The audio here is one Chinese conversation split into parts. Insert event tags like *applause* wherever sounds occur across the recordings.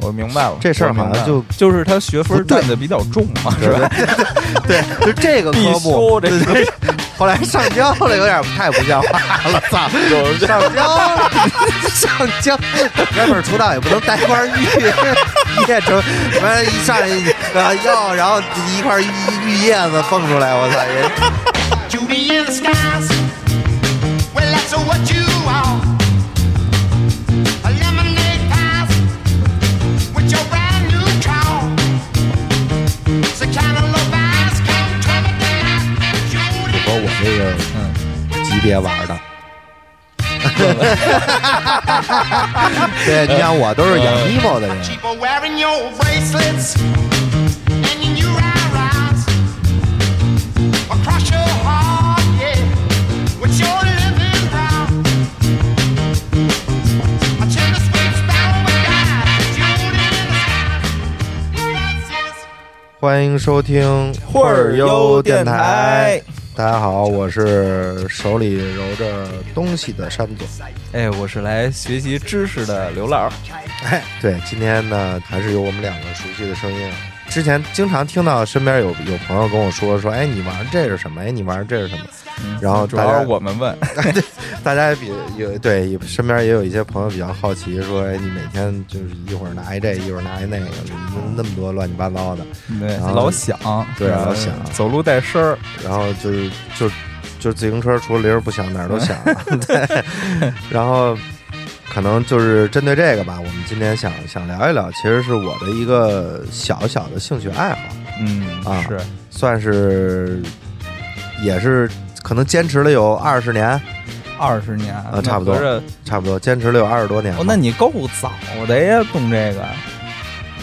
我明白了，这事儿我明白好了像就就是他学分不对占的比较重嘛，是吧？ *laughs* *laughs* 对，就这个科必目修，这对对对后来上交了，有点太不像话了，操！上交了，上交，哥们儿出道也不能带块玉，一夜成什么一上来啊要，然后一块玉玉叶子蹦出来，我操！也 Judy in the skies. Well, that's what you are. A lemonade pies with your brand new car. It's the kind of love I can't turn it down. Judy. 和我这个级别玩的。 *laughs* 对，你像我都是养 emo 的人， Keep on wearing your bracelets and your new rah-rahs. Across your heart, yeah, with your living brow. A tender sweet sparrow with eyes, jeweled in the sky. Yes, yes. 欢迎收听会儿优电电台。大家好，我是手里揉着东西的山总。哎，我是来学习知识的刘老儿，哎，对，今天呢还是有我们两个熟悉的声音啊。之前经常听到身边有有朋友跟我说说，哎，你玩这是什么？哎，你玩这是什么？然后主大要家是我们问， *laughs* 大家也比有对身边也有一些朋友比较好奇，说，哎，你每天就是一会儿拿一这，一会儿拿一那个，那么多乱七八糟的，对，然后嗯老想，对呃老想走路带声儿，然后就是就就自行车除了铃儿不响，哪儿都响。 *laughs* 对，然后可能就是针对这个吧，我们今天想想聊一聊，其实是我的一个小小的兴趣爱好，嗯，啊是，算是也是可能坚持了有二十年，二十年啊差不多那合着差不多坚持了有二十多年吧。哦，那你够早的呀，懂这个。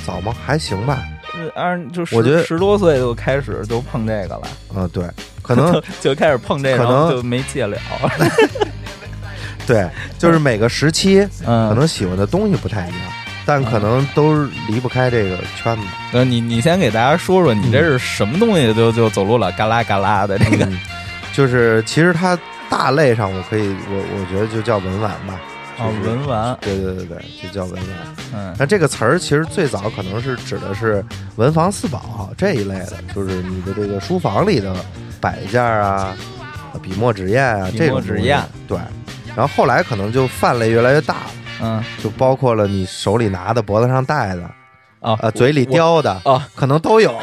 早吗？还行吧。呃二就十我觉得十多岁就开始就碰这个了，嗯，对，可 *laughs* 能就开始碰这个，可能然后就没戒了。对，就是每个时期嗯，可能喜欢的东西不太一样，但可能都离不开这个圈子。呃，你你先给大家说说，你这是什么东西就就走路了，嘎啦嘎啦的这个，嗯，就是其实它大类上，我可以，我我觉得就叫文玩吧。啊，就是文玩，对对对对，就叫文玩。嗯那这个词儿其实最早可能是指的是文房四宝这一类的，就是你的这个书房里的摆件儿啊、笔墨纸砚啊笔墨这种纸东西砚。对，然后后来可能就范类越来越大了，嗯，就包括了你手里拿的、脖子上戴的、啊呃嘴里我叼的，啊，可能都 *laughs* 有。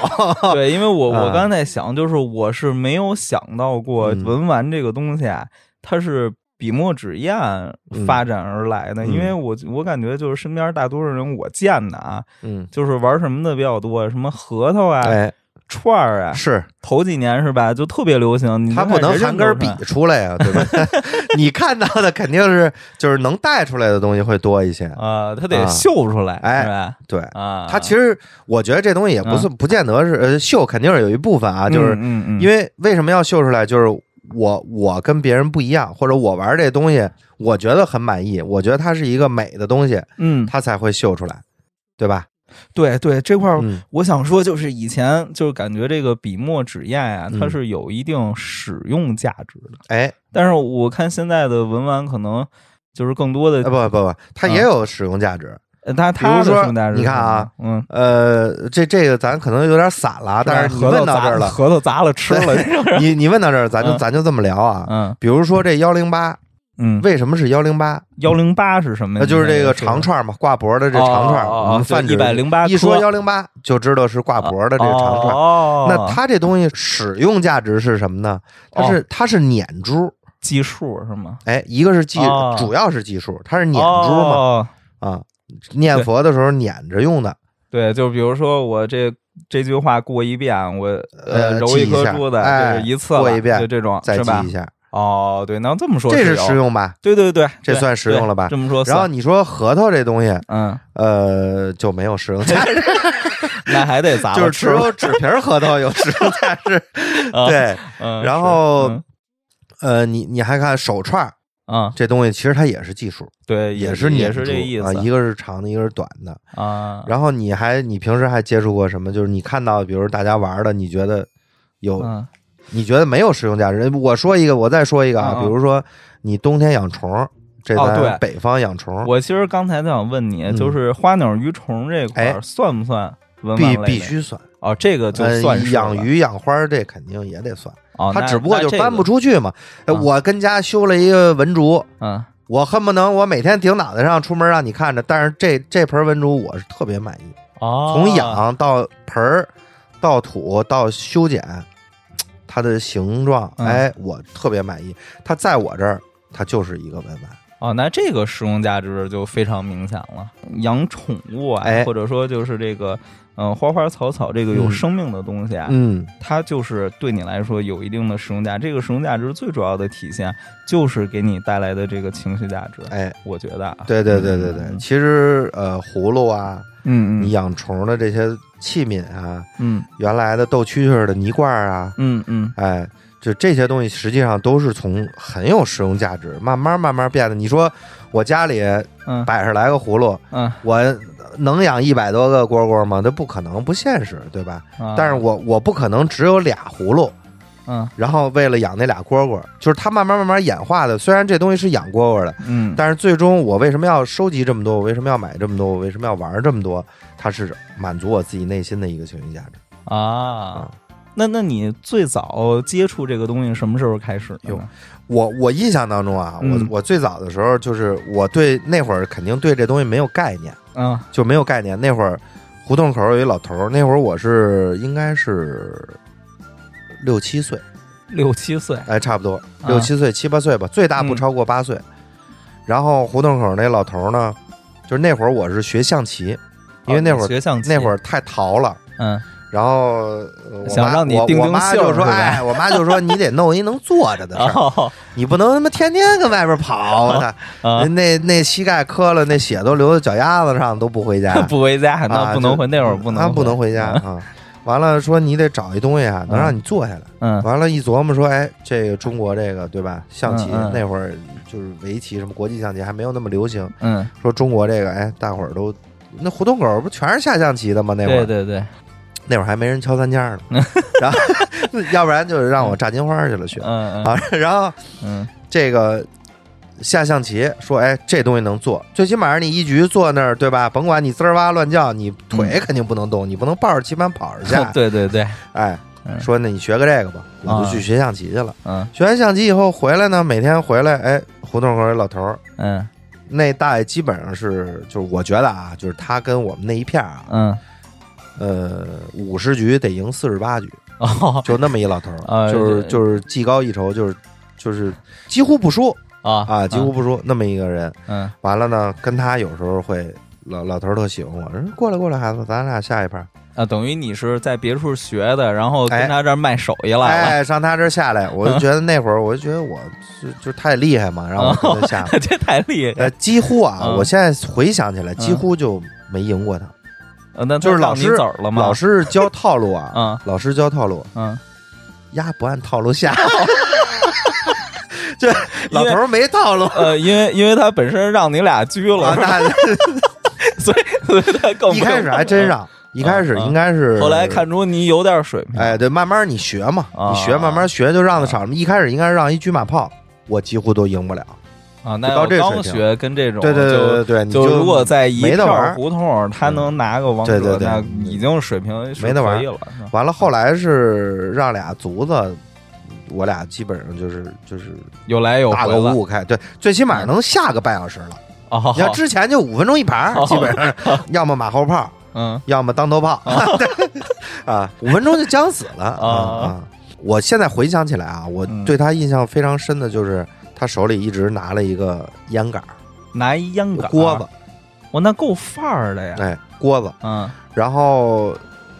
对，因为我我啊刚才在想，就是我是没有想到过嗯文玩这个东西啊，它是笔墨纸砚发展而来的。嗯因为我我感觉就是身边大多数人我见的啊，嗯，就是玩什么的比较多，什么核桃啊、哎，串儿啊，是头几年是吧，就特别流行。你他不看能人人含根儿都比看出来呀、 *laughs* 对吧？ *laughs* 你看到的肯定是就是能带出来的东西会多一些。啊，他得啊秀出来，哎是吧？对，啊，它其实我觉得这东西也不是不见得是呃秀，肯定是有一部分啊，就是嗯嗯，因为为为什么要秀出来？就是我我跟别人不一样，或者我玩这东西，我觉得很满意，我觉得它是一个美的东西，嗯，它才会秀出来，对吧？对对，这块儿嗯我想说，就是以前就是感觉这个笔墨纸砚呀，它嗯是有一定使用价值的。哎，但是我看现在的文玩可能就是更多呃的，不不不，啊它也有使用价值。呃它比它如的说使用价值你看啊是什么，嗯，呃，这这个咱可能有点散了啊，但是你核桃问到砸这 *laughs* 儿了，核桃砸了吃了， *laughs* 你你问到这儿，咱就嗯咱就这么聊啊。嗯比如说这幺零八，嗯，为什么是幺零八？幺零八是什么呀？那就是这个个长串嘛，挂脖的这长串，哦哦哦我们泛指108一说颗幺零八就知道是挂脖的这个长串。哦，那它这东西使用价值是什么呢？它哦是、它是捻珠，计数是吗？哎，一个是计，哦主要是计数，它是捻珠嘛、哦，啊，念佛的时候捻着用的，对，就比如说我这这句话过一遍，我呃揉一记一颗下珠子，就哎是一次过了一遍就这种再是记吧一？下，哦，对，那这么说是这是有实，用吧？对对对，这对算实对用了吧这么说算，然后你说核桃这东西，嗯，呃，就没有实用 *laughs* 价值，那还 *laughs* 得砸了就是吃只了，有纸皮儿核桃有实用价值。啊 *laughs* 对，嗯，然是后嗯呃，你你还看手串儿啊，这东西，其实它也是技术，对，也是也也是这意啊，一思个是长的，一个是短的。啊，然后你还你平时还接触过什么？就是你看到，比如大家玩的，你觉得有、嗯你觉得没有实用价值？我说一个，我再说一个嗯嗯啊，比如说你冬天养虫，这哦咱对北方养虫，我其实刚才就想问你，嗯就是花鸟鱼虫这块哎儿算不算文玩必类的？必须算，哦，这个就呃算是养了鱼养花儿这肯定也得算，哦，它那只不过那就这搬个不出去嘛。哎啊我跟家修了一个文竹，嗯我恨不能我每天顶脑袋上出门让你看着，但是这这盆文竹我是特别满意，哦，从养到盆儿，到土到修剪，它的形状，嗯哎，我特别满意。它在我这儿，它就是一个文玩。哦，那这个实用价值就非常明显了。养宠物啊，哎或者说就是这个，嗯、花花草草这个有嗯生命的东西啊，嗯，它就是对你来说有一定的实用价。这个实用价值最主要的体现就是给你带来的这个情绪价值。哎，我觉得啊，对对对对对，嗯其实呃，葫芦啊，嗯你嗯养虫的这些器皿啊，嗯原来的斗蛐蛐儿的泥罐儿啊，嗯嗯，哎，就这些东西实际上都是从很有实用价值，慢慢慢慢变得。你说我家里嗯百十来个葫芦，嗯，我能养一百多个蝈蝈吗？这不可能，不现实，对吧？啊但是我我不可能只有俩葫芦，嗯然后为了养那俩蝈蝈，就是它慢慢慢慢演化的。虽然这东西是养蝈蝈的，嗯，但是最终我为什么要收集这么多？我为什么要买这么多？我为什么要玩这么多？它是满足我自己内心的一个情绪价值。嗯啊。那那你最早接触这个东西什么时候开始的哟呢？我我印象当中啊，我嗯我最早的时候就是我对那会儿肯定对这东西没有概念，嗯就没有概念。那会儿胡同口有一老头儿，那会儿我是应该是六七岁，六七岁，哎，差不多啊六七岁、七八岁吧，最嗯大不超过八岁。然后胡同口那老头儿呢，就是那会儿我是学象棋，因为那会儿、哦学象棋那会儿太淘了。嗯然后呃我想妈让你我定我定妈性就儿说，是吧哎，我妈就说你得弄一能坐着的事儿，哦 *laughs* 你不能他妈天天跟外边跑，我操！啊，那，那那膝盖磕了，那血都流到脚丫子上，都不回家 *laughs* 不回家那啊不能回，就那会儿不啊能，不能。回家啊。完了，说你得找一东西啊，能让你坐下来。嗯完了，一琢磨说，哎，这个中国这个对吧？象棋嗯嗯那会儿就是围棋，什么国际象棋还没有那么流行。嗯，说中国这个，哎，大伙儿都那胡同口不全是下象棋的吗？那会对儿对对，那会儿还没人敲三尖儿 *laughs* 呢，然后要不然就让我炸金花去了学嗯嗯啊。然后嗯这个下象棋，说哎，这东西能做，最起码你一局坐那儿，对吧？甭管你滋儿哇乱叫，你腿肯定不能动，你不能抱着棋盘跑着 *laughs* 下。嗯 *laughs* 对对对，哎，嗯说那你学个这个吧，我就啊去学象棋去了。嗯学完象棋以后回来呢，每天回来，哎，胡同口有老头儿，嗯那大爷基本上是，就是我觉得啊，就是他跟我们那一片儿啊，嗯，呃，五十局得赢四十八局，哦就那么一老头 *laughs* 儿，啊就是这就是技高一筹，就是就是几乎不输啊啊，几乎不输、那么一个人。嗯完了呢，跟他有时候会老老头儿特喜欢我，说过来过来，孩子，咱俩下一盘。啊，等于你是在别处学的，然后哎跟他这儿卖手艺来了，哎，上他这儿下来，我就觉得那会儿，我就觉得我就就是太厉害嘛，让我 *laughs* 跟他下。 *laughs* 这太厉害 *laughs* 呃，。几乎啊，嗯我现在回想起来，几嗯乎就没赢过他。呃那他就是老让你师走了吗？老师教套路啊，嗯老师教套路，嗯，丫不按套 *laughs* 路下。这老头儿没套路，呃，因为因为他本身让你俩拘啊了，那所以所以他更不一开始还真让，一开始嗯应该是后来看出你有点水平，哎，对，慢慢你学嘛，嗯啊你学慢慢学就让的少。一开始应该让一车马炮，我几乎都赢不了。啊，那就到要这水刚平学跟这种对对就对对对，你就如果在一没得片玩儿儿胡同，他能拿个王对者，对对那已经水平是没得玩儿可以了。是吧完了，后来是让俩卒子，我俩基本上就是就是有来有大回个了嗯五五开，对，最起码能下个半小时了。哦你，要之前就五分钟一盘儿，基本上 *laughs* 要么马后炮，嗯要么当头炮，哦 *laughs* 啊，五分钟就将死了啊啊啊！我现在回想起来啊，我嗯对他印象非常深的就是他手里一直拿了一个烟杆儿、拿一烟杆锅子，，我那够范儿的呀。哎，锅子，嗯然后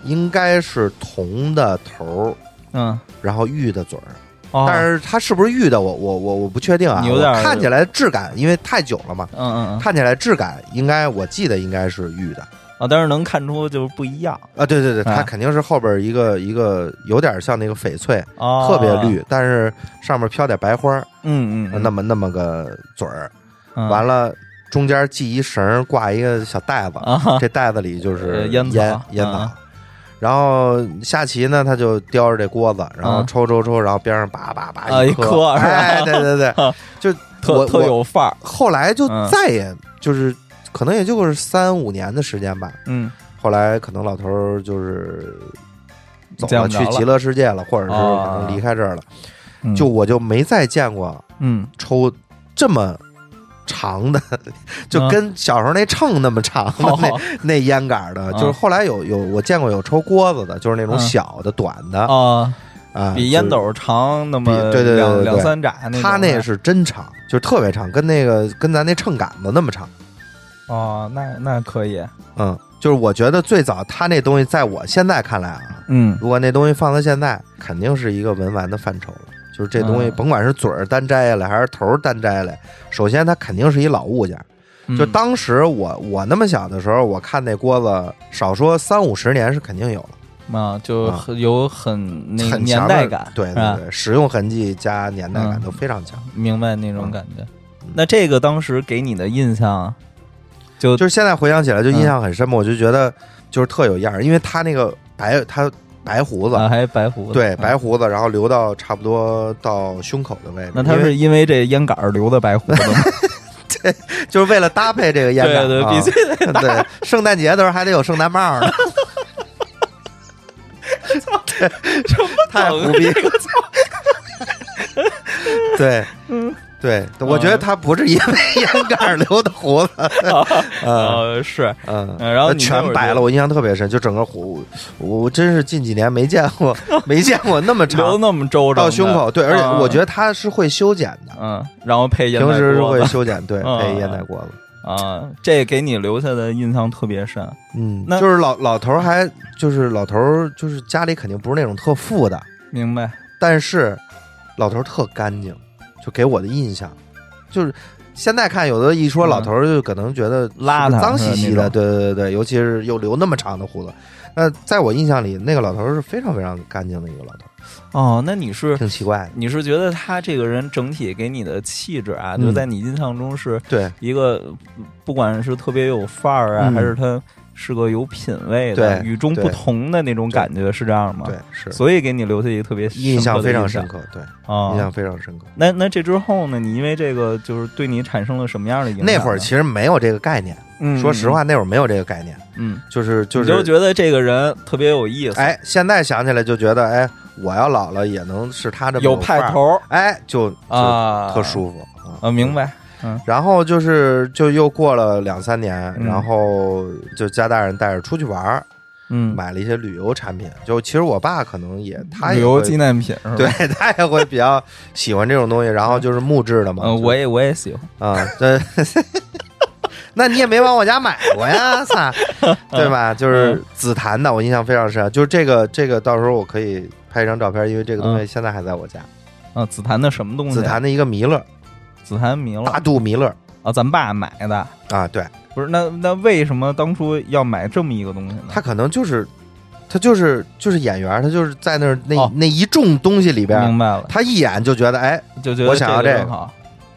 应该是铜的头儿，嗯，然后玉的嘴儿，哦但是它是不是玉的，我我我我不确定啊。你有点儿我看起来质感，因为太久了嘛，嗯嗯嗯看起来质感应该我记得应该是玉的啊，但是能看出就是不一样啊，对对对，它啊肯定是后边一个一个有点像那个翡翠，哦，特别。绿，但是上面飘点白花儿，嗯嗯，那么那么个嘴儿，嗯完了中间系一绳儿，挂一个小袋子，啊这袋子里就呃是烟草烟烟草啊。然后下棋呢，他就叼着这锅子，然后啊抽抽抽，然后边上叭叭叭啊一磕，磕是吧 *laughs* 哎，对对对，就特我特我有范儿，后来就嗯再也就是可能也就是三五年的时间吧。嗯，后来可能老头儿就是走见不了，着去了极乐世界了，或者是啊可能离开这儿了。嗯就我就没再见过嗯，抽这么长的， *laughs* 就啊跟小时候那秤那么长 *laughs* 好的那、那烟杆儿的。啊就是后来有有我见过有抽锅子的，就是那种嗯小的、短的啊，啊，比烟就是斗长那么比对对对两对对两三拃那种的，啊他那是真长，就是特别长，跟那个跟咱那秤杆子那么长。哦，那那可以，嗯，就是我觉得最早他那东西，在我现在看来啊，嗯如果那东西放到现在，肯定是一个文玩的范畴了。就是这东西，嗯甭管是嘴儿单摘下来还是头儿单摘下来，首先它肯定是一老物件。就嗯当时我我那么小的时候，我看那锅子，少说三五十年是肯定有了，啊，就啊很有很那个很年强的代感，对是对吧对，使用痕迹加年代感嗯都非常强。明白那种嗯感觉。那这个当时给你的印象，啊就就是现在回想起来就嗯印象很深嘛，我就觉得就是特有样儿，因为他那个白他白胡子，啊，还白胡子，对嗯白胡子，然后留到差不多到胸口的位置。那他因为是因为这烟杆儿留的白胡子吗，就是为了搭配这个 *laughs* 烟对杆，对，啊必须得 *laughs* 对，圣诞节的时候还得有圣诞 *laughs* 帽呢。太整胡逼了，对，对，我嗯觉得他不是因为烟杆儿留的 *laughs* 胡子，嗯呃是，嗯，哦嗯然后那你那会全儿白就了，我印象特别深，就整个胡，我我真是近几年没见 *laughs* 过，没见过那么留长那么周到胸口，对，而且我觉得，得他是会修剪的，嗯，然后配烟袋平时是锅会子修剪，对， *laughs* 嗯配烟袋锅子。啊，这给你留下的印象特别深，嗯，那就是老老头儿还就是老头儿就是家里肯定不是那种特富的，明白？但是老头儿特干净，就给我的印象就是。现在看，有的一说嗯老头儿，就可能觉得是不是邋遢脏兮兮的，是吧那种嗯对对对对，尤其是又留那么长的胡子。那在我印象里，那个老头儿是非常非常干净的一个老头儿，哦，那你是挺奇怪的。你是觉得他这个人整体给你的气质啊，嗯就在你印象中是对一个，不管是特别有范儿啊，嗯还是他是个有品位的、对与众不同的那种感觉，是这样吗？对，，是所以给你留下一个特别嗯印象非常深刻刻，对，的啊。印象非常深刻。那那这之后呢？你因为这个就是对你产生了什么样的影响呢？那会儿其实没有这个概念，嗯，说实话，那会儿没有这个概念，嗯，嗯，就是就你是就觉得这个人特别有意思，哎，现在想起来就觉得，哎，我要老了也能是他这么有范派儿，头儿哎，就就啊，特舒服嗯啊，明。白然后就是，就又过了两三年，嗯然后就家大人带着出去玩儿，嗯，买了一些旅游产品。就其实我爸可能也，他旅也游会纪念品是吧？对，他也会比较喜欢这种东西。然后就是木质的嘛，嗯，就我也我也喜欢。啊，对， *laughs* 那你也没往我家买过呀，操，对吧？嗯就是紫檀的，我印象非常深。啊就是这个，这个到时候我可以拍一张照片，因为这个嗯东西现在还在我家。啊，紫檀的什么东西？紫檀的一个弥勒，紫檀弥勒大肚弥勒啊，咱爸买的。啊，对，不是，那那为什么当初要买这么一个东西呢？他可能就是，他就是就是演员，他就是在那儿那、哦那一众东西里边，明白了，他一眼就觉得，哎，就觉得我想要这这个啊人好，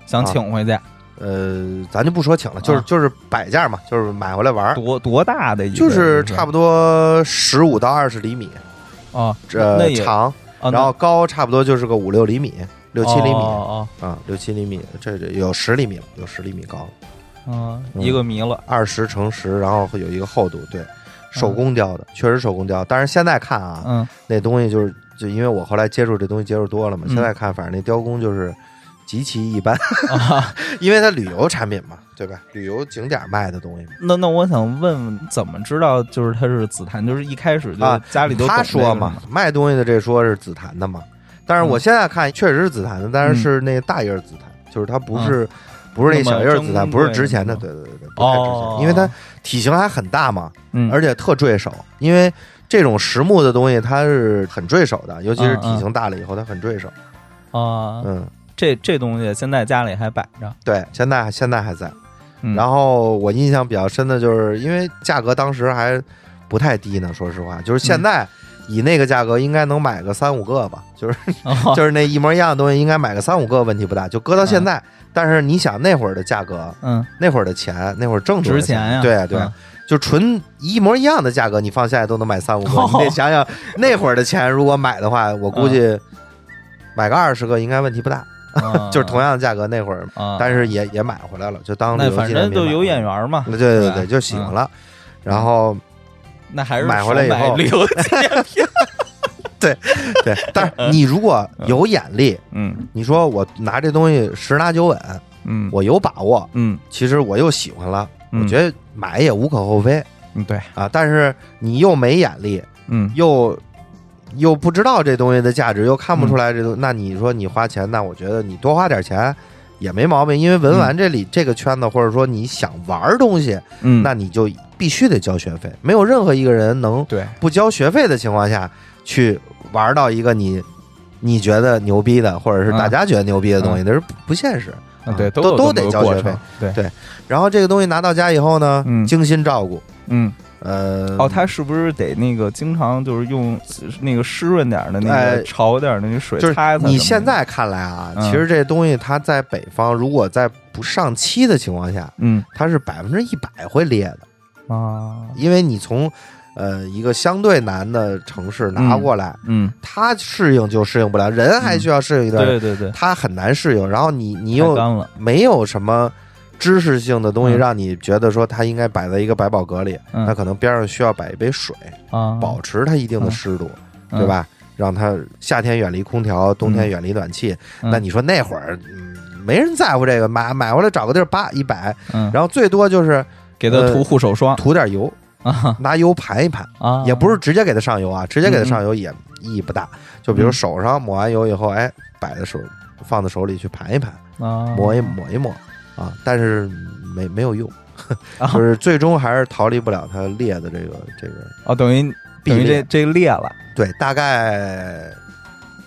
想请回去。呃，咱就不说请了，就是、啊就是摆件嘛，就是买回来玩儿。多多大的一个？啊就是差不不多十五到二十厘米，多啊，那这也长，啊然后高差不多就是个五六厘米，那六七厘米哦啊，六七厘米，这这有十厘米了，有十厘米高了，哦哦，嗯嗯一个弥勒二十乘十，然后会有一个厚度，嗯对，手工雕的，确实手工雕。但是现在看啊，嗯那东西就是就因为我后来接触这东西接触多了嘛，嗯现在看反正那雕工就是极其一般，啊， *laughs* 因为它旅游产品嘛，对吧？旅游景点卖的东西嘛。那那我想问问，怎么知道就是它是紫檀？就是一开始就啊家里都他懂这个说吗嘛，卖东西的这说是紫檀的嘛，但是我嗯现在看确实是紫檀的，但是是那大叶儿紫檀，就是它不是、不是那小叶儿紫嗯那么檀，珍不是值钱的，贵对对对对，不太值钱，哦因为它体型还很大嘛，嗯，而且特坠手，因为。这种实木的东西，它是很坠手的，尤其是嗯嗯体型大了以后，它很坠手。啊，嗯，这这东西现在家里还摆着，对，现在现在还在。嗯然后我印象比较深的就是，因为价格当时还不太低呢，说实话，就是嗯现在以那个价格应该能买个三五个吧，就是 *laughs* 哦就是那一模一样的东西，应该买个三五个问题不大，就搁到现在。但是你想那会儿的价格，嗯，那会儿的钱，那会儿挣多少值钱呀对啊对，嗯就纯一模一样的价格，你放现在都能买三五个。哦 *laughs* 你得想嗯想那会儿的钱，如果买的话，我估计买个二十个应该问题不大。啊 *laughs* 就是同样的价格那会儿，啊，但是也也买回来了，就当那旅游反纪念正品就买有回来眼缘嘛，对对对对吧对，就喜嗯欢了。然后那还是买说回来以买后旅 *laughs* 游纪念品， *laughs* 对，但是你如果有眼力，嗯你说我拿这东西十拿九稳，嗯我有把握，嗯，其实我又喜欢了，嗯我觉得买也无可厚非嗯对，啊。但是你又没眼力，嗯又又不知道这东西的价值，又看不出来这嗯东，那你说你花钱，那我觉得你多花点钱。也没毛病，因为文玩这里、这个圈子，或者说你想玩东西，嗯，那你就必须得交学费。没有任何一个人能对，不交学费的情况下去玩到一个你你觉得牛逼的，或者是嗯大家觉得牛逼的东西，那是不不现实。啊对，嗯都有都这么得个交过学程费，对，然后这个东西拿到家以后呢，嗯精心照顾，嗯，呃，哦，他是不是得那个经常就是用呃那个湿润点儿的那哎个潮点儿的那个水就擦一擦是什么的？你现在看来啊，嗯其实这东西它在北方，如果在不上漆的情况下，嗯它是百分之一百会裂的，啊因为你从呃一个相对南的城市拿过来，嗯，它适应就适应不了，人还需要适应一段，对对对，它很难适应。然后你你太又干了，没有什么知识性的东西，嗯让你觉得说它应该摆在一个百宝格里，嗯那可能边上需要摆一杯水，啊，保持它一定的湿度，对吧？让它夏天远离空调，冬天远离暖气。嗯？那你说那会儿、嗯没人在乎这个，买买回来找个地儿叭一摆，嗯，然后最多就是给他涂护手霜涂点油，啊拿油盘一盘，啊，也不是直接给它上油啊，直接给它嗯上油也意义不大。就比如手上抹完油以后，哎，摆在手放在手里去盘一盘。啊抹一抹一抹啊，但是没没有用，啊 *laughs* 就是最终还是逃离不了它裂的这个这个。哦，等于必等于这裂这裂了，对，大概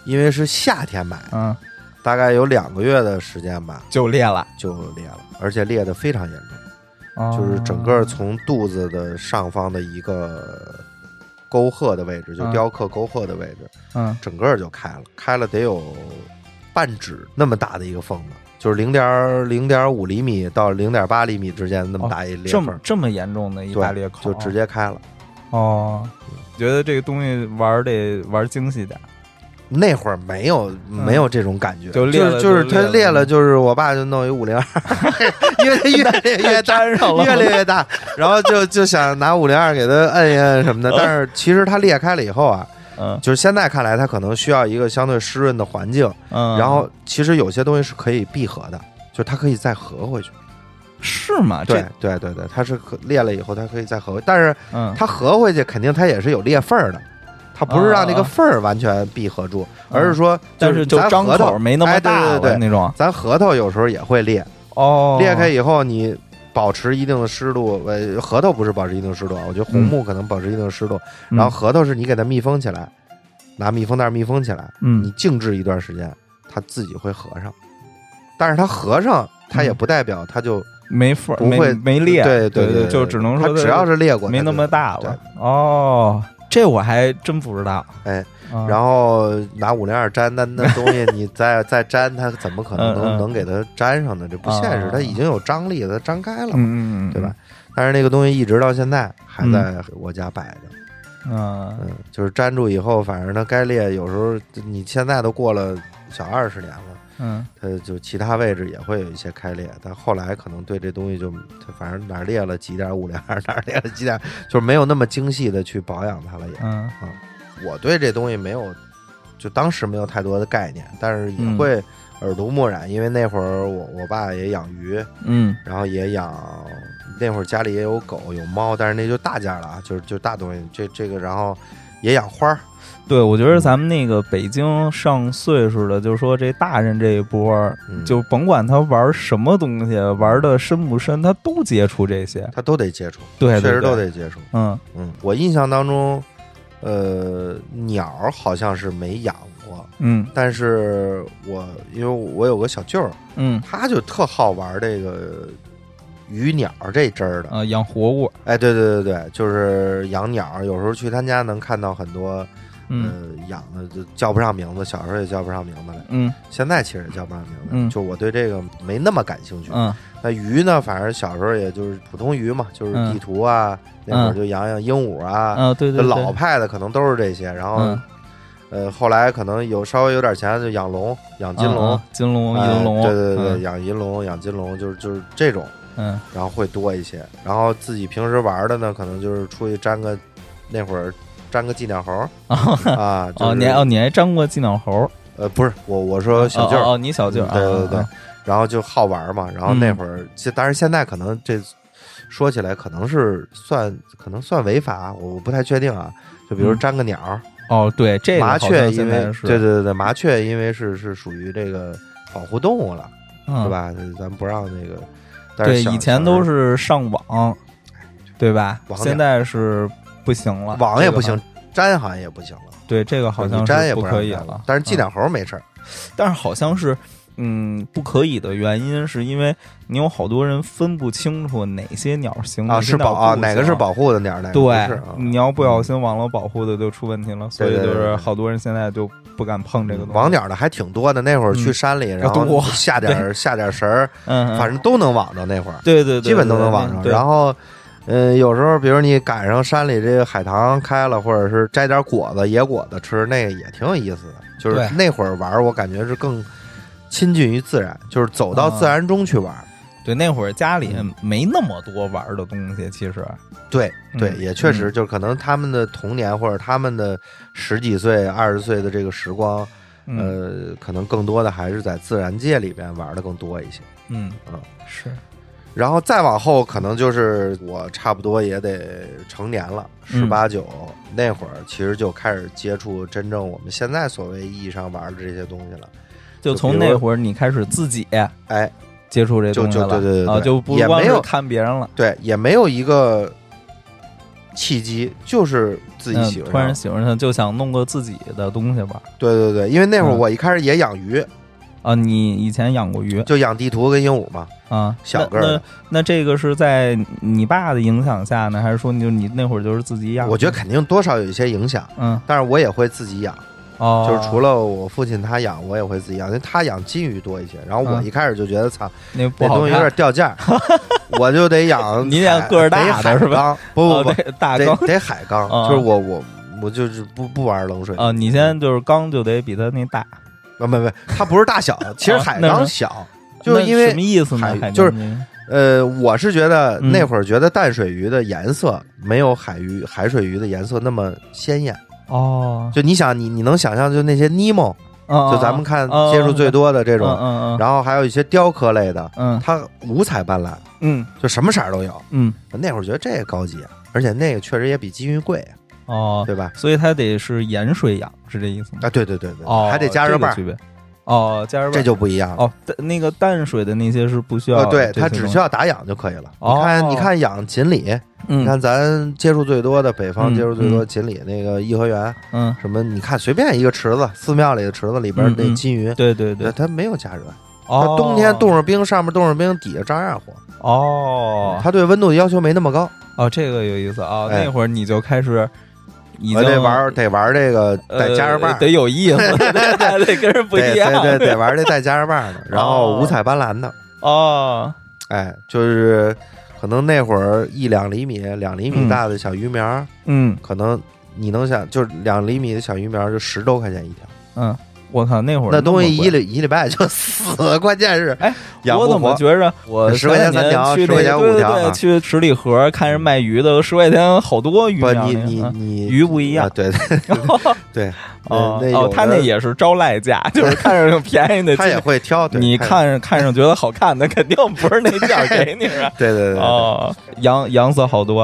因为是夏天买，嗯，大概有两个月的时间吧，就裂了，就裂了，而且裂得非常严重，啊就是整个从肚子的上方的一个沟壑的位置，就啊雕刻沟壑的位置，嗯整个就开了，开了得有半指那么大的一个缝子。就是零点零点五厘米到零点八厘米之间那么哦大一裂这缝，么这么严重的一对大裂啊口，就直接开了。哦。觉得这个东西玩儿得玩儿精细点儿，那会儿没有没有这种感觉，嗯就裂就了是就是就裂他了裂了，就是我爸就弄一五零二， *laughs* 因为他越 *laughs* 裂 *laughs* 越大，粘上了越裂越大，然后就就想拿五零二给他摁一摁什么的。但是其实它裂开了以后啊，嗯就是现在看来，它可能需要一个相对湿润的环境，嗯，然后其实有些东西是可以闭合的。就是它可以再合回去，是吗？对啊这，对对对，它是可裂了以后，它可以再合回，但是嗯，它合回去肯定它也是有裂缝儿的，它不是让那啊个啊缝儿完全闭合住，嗯而是说，但是就咱张核口桃没那么哎对大了对对对，那种咱核桃有时候也会裂，哦，裂开以后你保持一定的湿度，呃，核桃不是保持一定湿度啊，我觉得红木可能保持一定的湿度，嗯然后核桃是你给它密封起来，拿密封袋密封起来，你嗯静置一段时间，它自己会合上，但是它合上。它也嗯不代表它就没缝儿不没会没裂，对对对对，就只能它说只要是裂过，没它那就么大对了。哦，这我还真不知道。哎嗯，然后拿五零二粘，那那东西你再再粘，它怎么可能嗯嗯能能给它粘上呢？这不现实啊，它已经有张力了，它张开了，嗯嗯嗯，对吧？但是那个东西一直到现在还在我家摆着，嗯？嗯，就是粘住以后，反正它该裂，有时候你现在都过了小二十年了。嗯嗯它就其他位置也会有一些开裂，但后来可能对这东西就，它反正哪儿裂了几点五零二，哪儿裂了几点，就是没有那么精细的去保养它了也。嗯我对这东西没有，就当时没有太多的概念，但是也嗯会耳濡目染，因为那会儿我我爸也养鱼，嗯然后也养，那会儿家里也有狗有猫，但是那就大件儿了啊，就是就大东西，这这个然后也养花儿，对，我觉得咱们那个北京上岁数的，就是说这大人这一波儿，嗯就甭管他玩什么东西，玩的深不深，他都接触这些。他都得接触，对，确对对实都得接触。嗯嗯，我印象当中，呃，鸟儿好像是没养过，嗯但是我因为我有个小舅儿，嗯他就特好玩这个鱼鸟儿这支儿的。啊，养活物，哎，对对对对，就是养鸟，有时候去他家能看到很多，嗯呃，养的就叫不上名字，小时候也叫不上名字来，嗯现在其实也叫不上名字，嗯就我对这个没那么感兴趣。嗯那鱼呢，反正小时候也就是普通鱼嘛，就是嗯地图啊，那会嗯儿就养养鹦鹉啊，啊，对就对对，老派的可能都是这些，然后嗯呃，后来可能有稍微有点钱就养龙，养金龙，啊金龙、哎银龙，对对对，嗯养银龙、养金龙，就是就是这种，嗯然后会多一些。然后自己平时玩的呢，可能就是出去粘个，那会儿粘个寄鸟猴 *laughs* 儿啊，就是、哦，你还哦你还粘过寄鸟猴，呃不是我我说小舅儿，哦哦，你小舅儿，嗯对对啊嗯对对，然后就好玩嘛，然后那会儿，其当然现在可能这说起来可能是算可能算违法，我我不太确定啊。就比如嗯粘个鸟儿，哦对，这个麻好雀像因现为在是对对对对，麻雀因为是是属于这个保护动物了，对对？吧？咱不让那个，但嗯是对，小以前都小时是上网，对吧？网现点在是不行了，候网也这个不好行，，粘好像也不行了，对这个好像你粘是也让可以粘了。但是寄嗯鸟猴儿没事儿，但是好像是，嗯，不可以的原因是因为你有好多人分不清楚哪些鸟行，啊，哪些是鸟保啊，不哪个是行？保护的鸟，哪个不对是啊，你要不小心网络保护的就出问题了，所以对就对是对好多人现在就不敢碰这个东西。嗯网，鸟的还挺多的，那会儿去嗯山里，然多后下点儿下点儿绳儿，嗯，嗯反正都能网着。那会儿对对对，基本都对能对网上。对然后，嗯，有时候比如你赶上山里这个海棠开了，或者是摘点果子、野果子吃，那个也挺有意思的。就是对那会儿玩儿，我感觉是更亲近于自然，就是走到自然中去玩儿。对那会儿家里嗯没那么多玩儿的东西，其实呃对对，嗯也确实，就是可能他们的童年或者他们的十几岁、二十岁的这个时光，嗯呃，可能更多的还是在自然界里边玩的更多一些。嗯嗯是然后再往后，可能就是我差不多也得成年了，十嗯八九那会儿，其实就开始接触真正我们现在所谓意义上玩的这些东西了。就就从比如那说会儿你开始自己哎，接触这就东西就了，对对对啊，对就不也光没是有看别人了，对，也没有一个契机，就是自己嗯喜欢突上。然喜欢上，就想弄个自己的东西玩儿对对对，因为那会儿嗯我一开始也养鱼，啊。你以前养过鱼就养地图跟鹦鹉嘛。啊？小个儿那的那那这个是在你爸的影响下呢，还是说你就你那会儿就是自己养的？我觉得肯定多少有一些影响，嗯但是我也会自己养。哦，就是除了我父亲他养，我也会自己养，因为他养金鱼多一些。然后我嗯一开始就觉得，操，那那不好东西有点看，掉价儿，我就得 *laughs* 养。你养个儿大的是吧？不不哦不，对大得缸得海缸，啊就是我我我就是不不玩冷水啊，你现在就是缸就得比他那大，没没没，它不是大小，其实啊海那是缸小，就是那因为什么意思海呢？海就是牛鱼呃，我是觉得嗯那会儿觉得淡水鱼的颜色没有海鱼海水鱼的颜色那么鲜艳。哦，嗯就你想，你你能想象，就那些尼莫，就就咱们看啊接触最多的这这种，嗯嗯然后还有一些雕刻类的，嗯它五彩斑斓，嗯就什么色儿都有。嗯那会儿觉得这个高级啊，而且那个确实也比金鱼贵啊，哦，对吧？所以它得是盐水养，是这意思吗？啊，对对对对，哦，还得加热这个瓣儿，区别。哦，加热瓣这儿就不一样了。哦，但那个淡水的那些是不需要呃，这对些东西，它只需要打氧就可以了。哦你看，你看养锦鲤，嗯你看咱接触最多的北方嗯接触最多锦鲤那个颐和园，嗯，什么你看随便一个池子，寺庙里的池子里嗯边嗯那金鱼，对对对，它没有加热，呃它哦，冬天冻上冰，上面冻上冰，底下照样活。哦它对温度的要求没那么高。哦，这个有意思啊，哎那会儿你就开始已我经呃得玩儿得玩儿这个带加热呃瓣儿，得有意思， *laughs* 得得跟人不对一样，对对，得玩儿这带加热瓣儿的，然后五彩斑斓的，哦，哎，就是可能那会儿一两厘米、两厘米大的小鱼苗儿，嗯可能你能想，就是两厘米的小鱼苗儿就十多块钱一条，嗯，我靠，那会儿那东西么贵一礼一礼拜就 *laughs* 死，关键是哎，养我不怎么活。觉着我10块钱三条前两年去10块钱那个五条对对对，啊去池里河看人卖鱼的，十块钱好多鱼不，苗你呢你啊你 *laughs* 鱼不一样啊，对对对，哦那哦，他那那有的也是招赖 *laughs* 价，就是看着有便宜的，他也会挑，对你，他也。看着看上觉得好看的，肯定不是那价给你啊对 *laughs* 对对对，哦，洋洋色好多，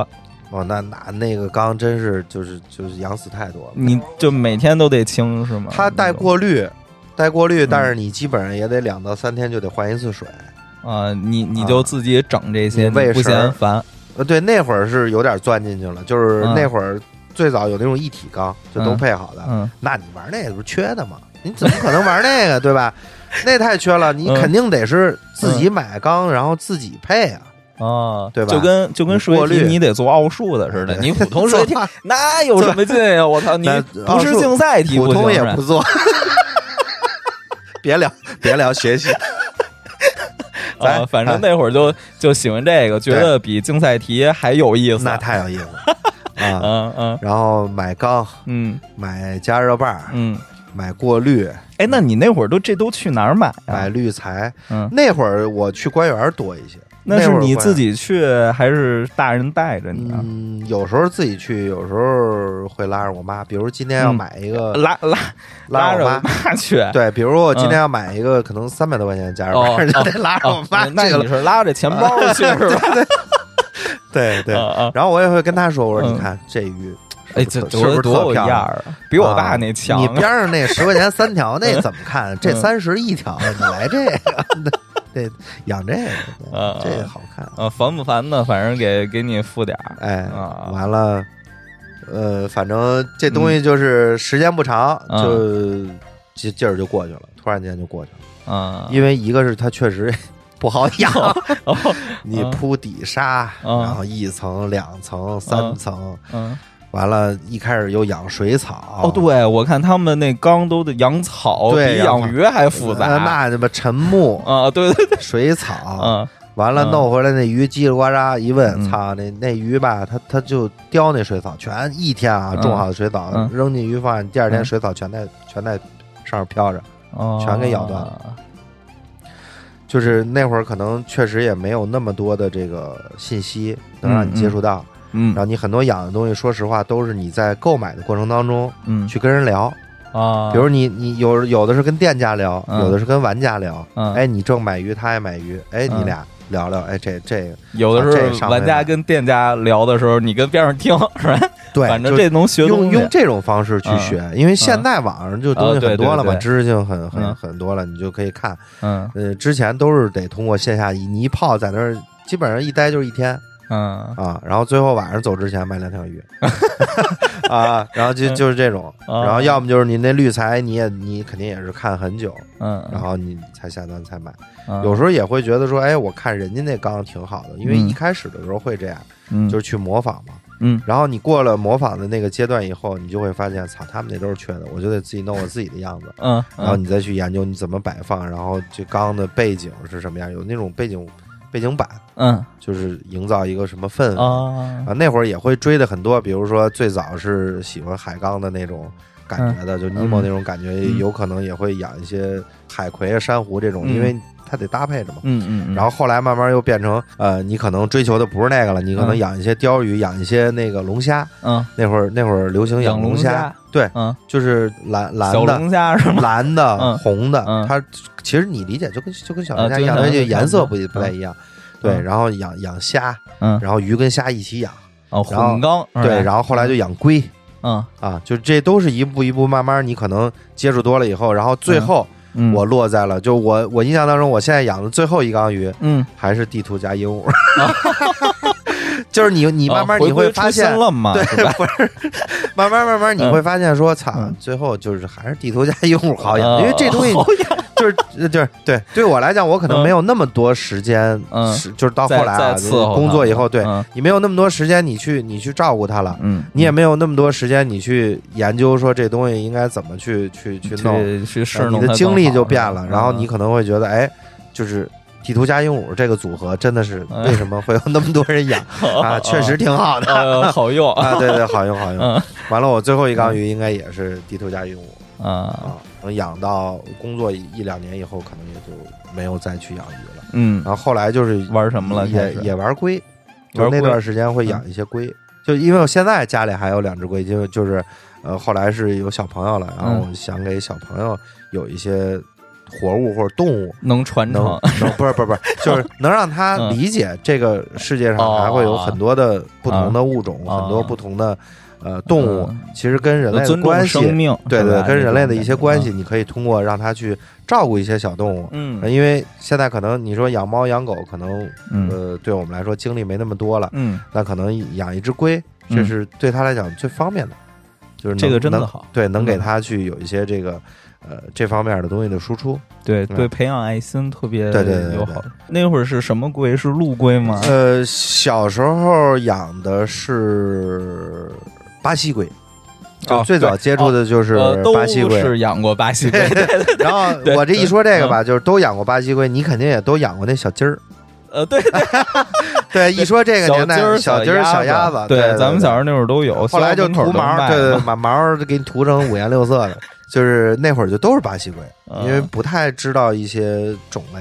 哦，那那那个缸真是就是就是养死太多了。你就每天都得清是吗？它带过滤，带过滤，嗯但是你基本上也得两到三天就得换一次水。啊，你你就自己整这些，你喂你不食嫌烦呃，对，那会儿是有点钻进去了，就是嗯那会儿最早有那种一体缸，就都嗯配好的。嗯那你玩那个不是缺的吗？你怎么可能玩那个，对吧？那太缺了，嗯你肯定得是自己买缸，然后自己配啊。啊，对吧就跟就跟你水过体滤你得做奥数的似的，你普 *laughs* 通水体 *laughs* 那有什么劲呀？我操，你那不是竞赛题普不行啊通也是吧不做。 *laughs* 别聊，别聊学习，咱啊，反正哎那会儿就就喜欢这个，觉得比竞赛题还有意思。啊 *laughs* 那太有意思了。啊，嗯嗯然后买缸，嗯买加热棒，嗯。买过滤，哎，那你那会儿都这都去哪儿买买啊？滤材。嗯，那会儿我去官园多一些，那会是儿你会啊自。己去还是大人带着你啊？嗯，有时候自己去，有时候会拉着我妈。比如今天要嗯买一个，拉拉 *laughs* 拉拉着着我我妈妈去。对，比如我今天嗯要买一个可能三百多块钱的加热哦棒，就哦 *laughs* 得拉着我妈哦那去你了。是拉着钱包 *laughs* 去是吧？对对，啊啊！然后我也会跟他说，我说嗯你看这鱼是不是特，哎，这是不多是多特有漂样亮？儿啊，比我啊爸那强嗯你啊。边上那十块钱三条那怎么 *laughs* 看？这三十一条，你来这个， *laughs* 对，养这啊个，对这好看。啊，烦不烦呢？反正给给你付点儿。哎啊，完了，呃，反正这东西就是时间不长，嗯就劲劲儿就过去了，突然间就过去了。啊，因为一个是它确实不好养，哦，你铺底沙，嗯然后一层、两层、三嗯层，嗯，完了，一开始又养水草，呃哦，对，我看他们那缸都得养草，对比养草养鱼还复呃杂。那他妈沉木、啊，对对对，水草，啊，完了嗯弄回来那鱼叽里呱喳一问，嗯操那那鱼吧，它它就叼那水草，全一天啊嗯种好的水草嗯扔进鱼放，第二天嗯水草全在全在上面飘着。哦全给咬断了。就是那会儿可能确实也没有那么多的这个信息能让你接触到，嗯然后你很多养的东西，说实话都是你在购买的过程当中嗯去跟人聊，啊，比如你你有有的是跟店家聊，嗯有的是跟玩家聊，嗯哎，你正买鱼，他也买鱼，哎，你嗯俩聊聊，哎，这这个有啊这的是上玩回家买跟店家聊的时候，你跟边上听是吧？对，反正就这能学用东西嗯用这种方式去学，因为现在网上就东啊西对很多了嘛，对对知识性很很嗯很多了，你就可以看。嗯呃，之前都是得通过线下你一泡在那儿，基本上一待就是一天嗯啊，然后最后晚上走之前买 *laughs* 两条鱼啊，然后就就是这种，啊然后要么就是你那滤材，你也你肯定也是看很久，嗯，然后你才下单才买。嗯有时候也会觉得说，哎，我看人家那缸挺好的，因为嗯一开始的时候会这样，嗯就是去模仿嘛。嗯然后你过了模仿的那个阶段以后，你就会发现，操，他们那都是缺的，我就得自己弄我自己的样子。嗯然后嗯你再去研究你怎么摆放，然后这缸的背景是什么样，有那种背景背景板，嗯就是营造一个什么氛围啊啊。那会儿也会追的很多，比如说最早是喜欢海缸的那种感觉的，就尼莫那种感觉，嗯有可能也会养一些海葵啊、珊瑚这种，嗯因为它得搭配着嘛。嗯嗯，嗯然后后来慢慢又变成，呃，你可能追求的不是那个了，你可能嗯养一些鲷鱼，养一些那个龙虾。嗯那会儿那会儿流行养龙龙虾，对，嗯就是蓝蓝小的、龙虾是吗？蓝的、嗯红的，嗯它其实你理解就跟就跟小龙啊虾就跟一小样，它龙就虾颜差色不不多不太一样。对，嗯然后养养虾，嗯然后鱼跟虾一起养，哦，然后混缸是吧对，然后后来就养龟嗯啊，就这都是一步一步慢慢你可能接触多了以后，然后最嗯后嗯我落在了，就我我印象当中，我现在养的最后一缸鱼，嗯，还是地图加鹦鹉， *laughs* 就是你你慢慢哦啊回你会归发初心现，了嘛？对，不是，慢慢慢慢你会发现说，操嗯，最后就是还是地图加 *laughs* 鹦鹉好啊养，因为这东西好就是 *laughs* 就是对对我来讲，我可能嗯没有那么多时间，嗯是就是 *laughs* 到再后来啊再伺候它工作以后，对嗯你没有那么多时间，你去你去照顾它了。嗯，你也没有那么多时间，你去研究说这东西应该怎么去去去弄，呃去去试弄你的它精更力好就是吧变了，然后 *laughs* 嗯你可能会觉得，哎，就是地图加鹦鹉这个组合真的是哎为什么会有那么多 *laughs* 人养哦啊？确实挺好的呃好用啊，对对，好用好用嗯。完了，我最后一缸鱼应该也是地图加鹦鹉啊 *laughs* 啊，能养到工作一一两年以后，可能也就没有再去养鱼了。嗯然后后来就是玩什么了开也始也玩龟，就玩那龟嗯段时间会养一些龟，就因为我现在家里还有两只龟，就就是呃后来是有小朋友了，然嗯后我想给小朋友有一些活物或者动物。能传能承能不是不是不是，就是能让他嗯哦理解这个世界上还会有很多的不同的物种，啊很多不同的呃动物嗯，其实跟人类的尊重关系，生命，对是对，吧跟人类的一这些种关感系，哎觉你可以通过让他去照顾一些小动物，呃嗯因为现在可能你说养猫养狗，可能嗯呃对我们来说精力没那么多了，嗯，那可能养一只龟，嗯这是对他来讲最方便的，就是能这个真的能好，对，能给嗯他去有一些这个呃这方面的东西的输出。对对对，培养爱心特别对对对对友好。那会儿是什么龟？是陆龟吗？呃，小时候养的是巴西龟，就啊最早对接触的就是呃，都巴西龟。是养过巴西龟， *laughs* *laughs* 然后对我这一说这个吧，就是都养过巴西龟，你肯定也都养过那小鸡儿。呃，对对，对，一说这个年代，小小鸡儿、小鸭子，对，咱们小时时候那会儿都有。后来就学校门口涂都毛，卖对，对嘛把毛就给你涂成五颜六色的，就是那会儿就都是巴西龟，嗯因为不太知道一些种类。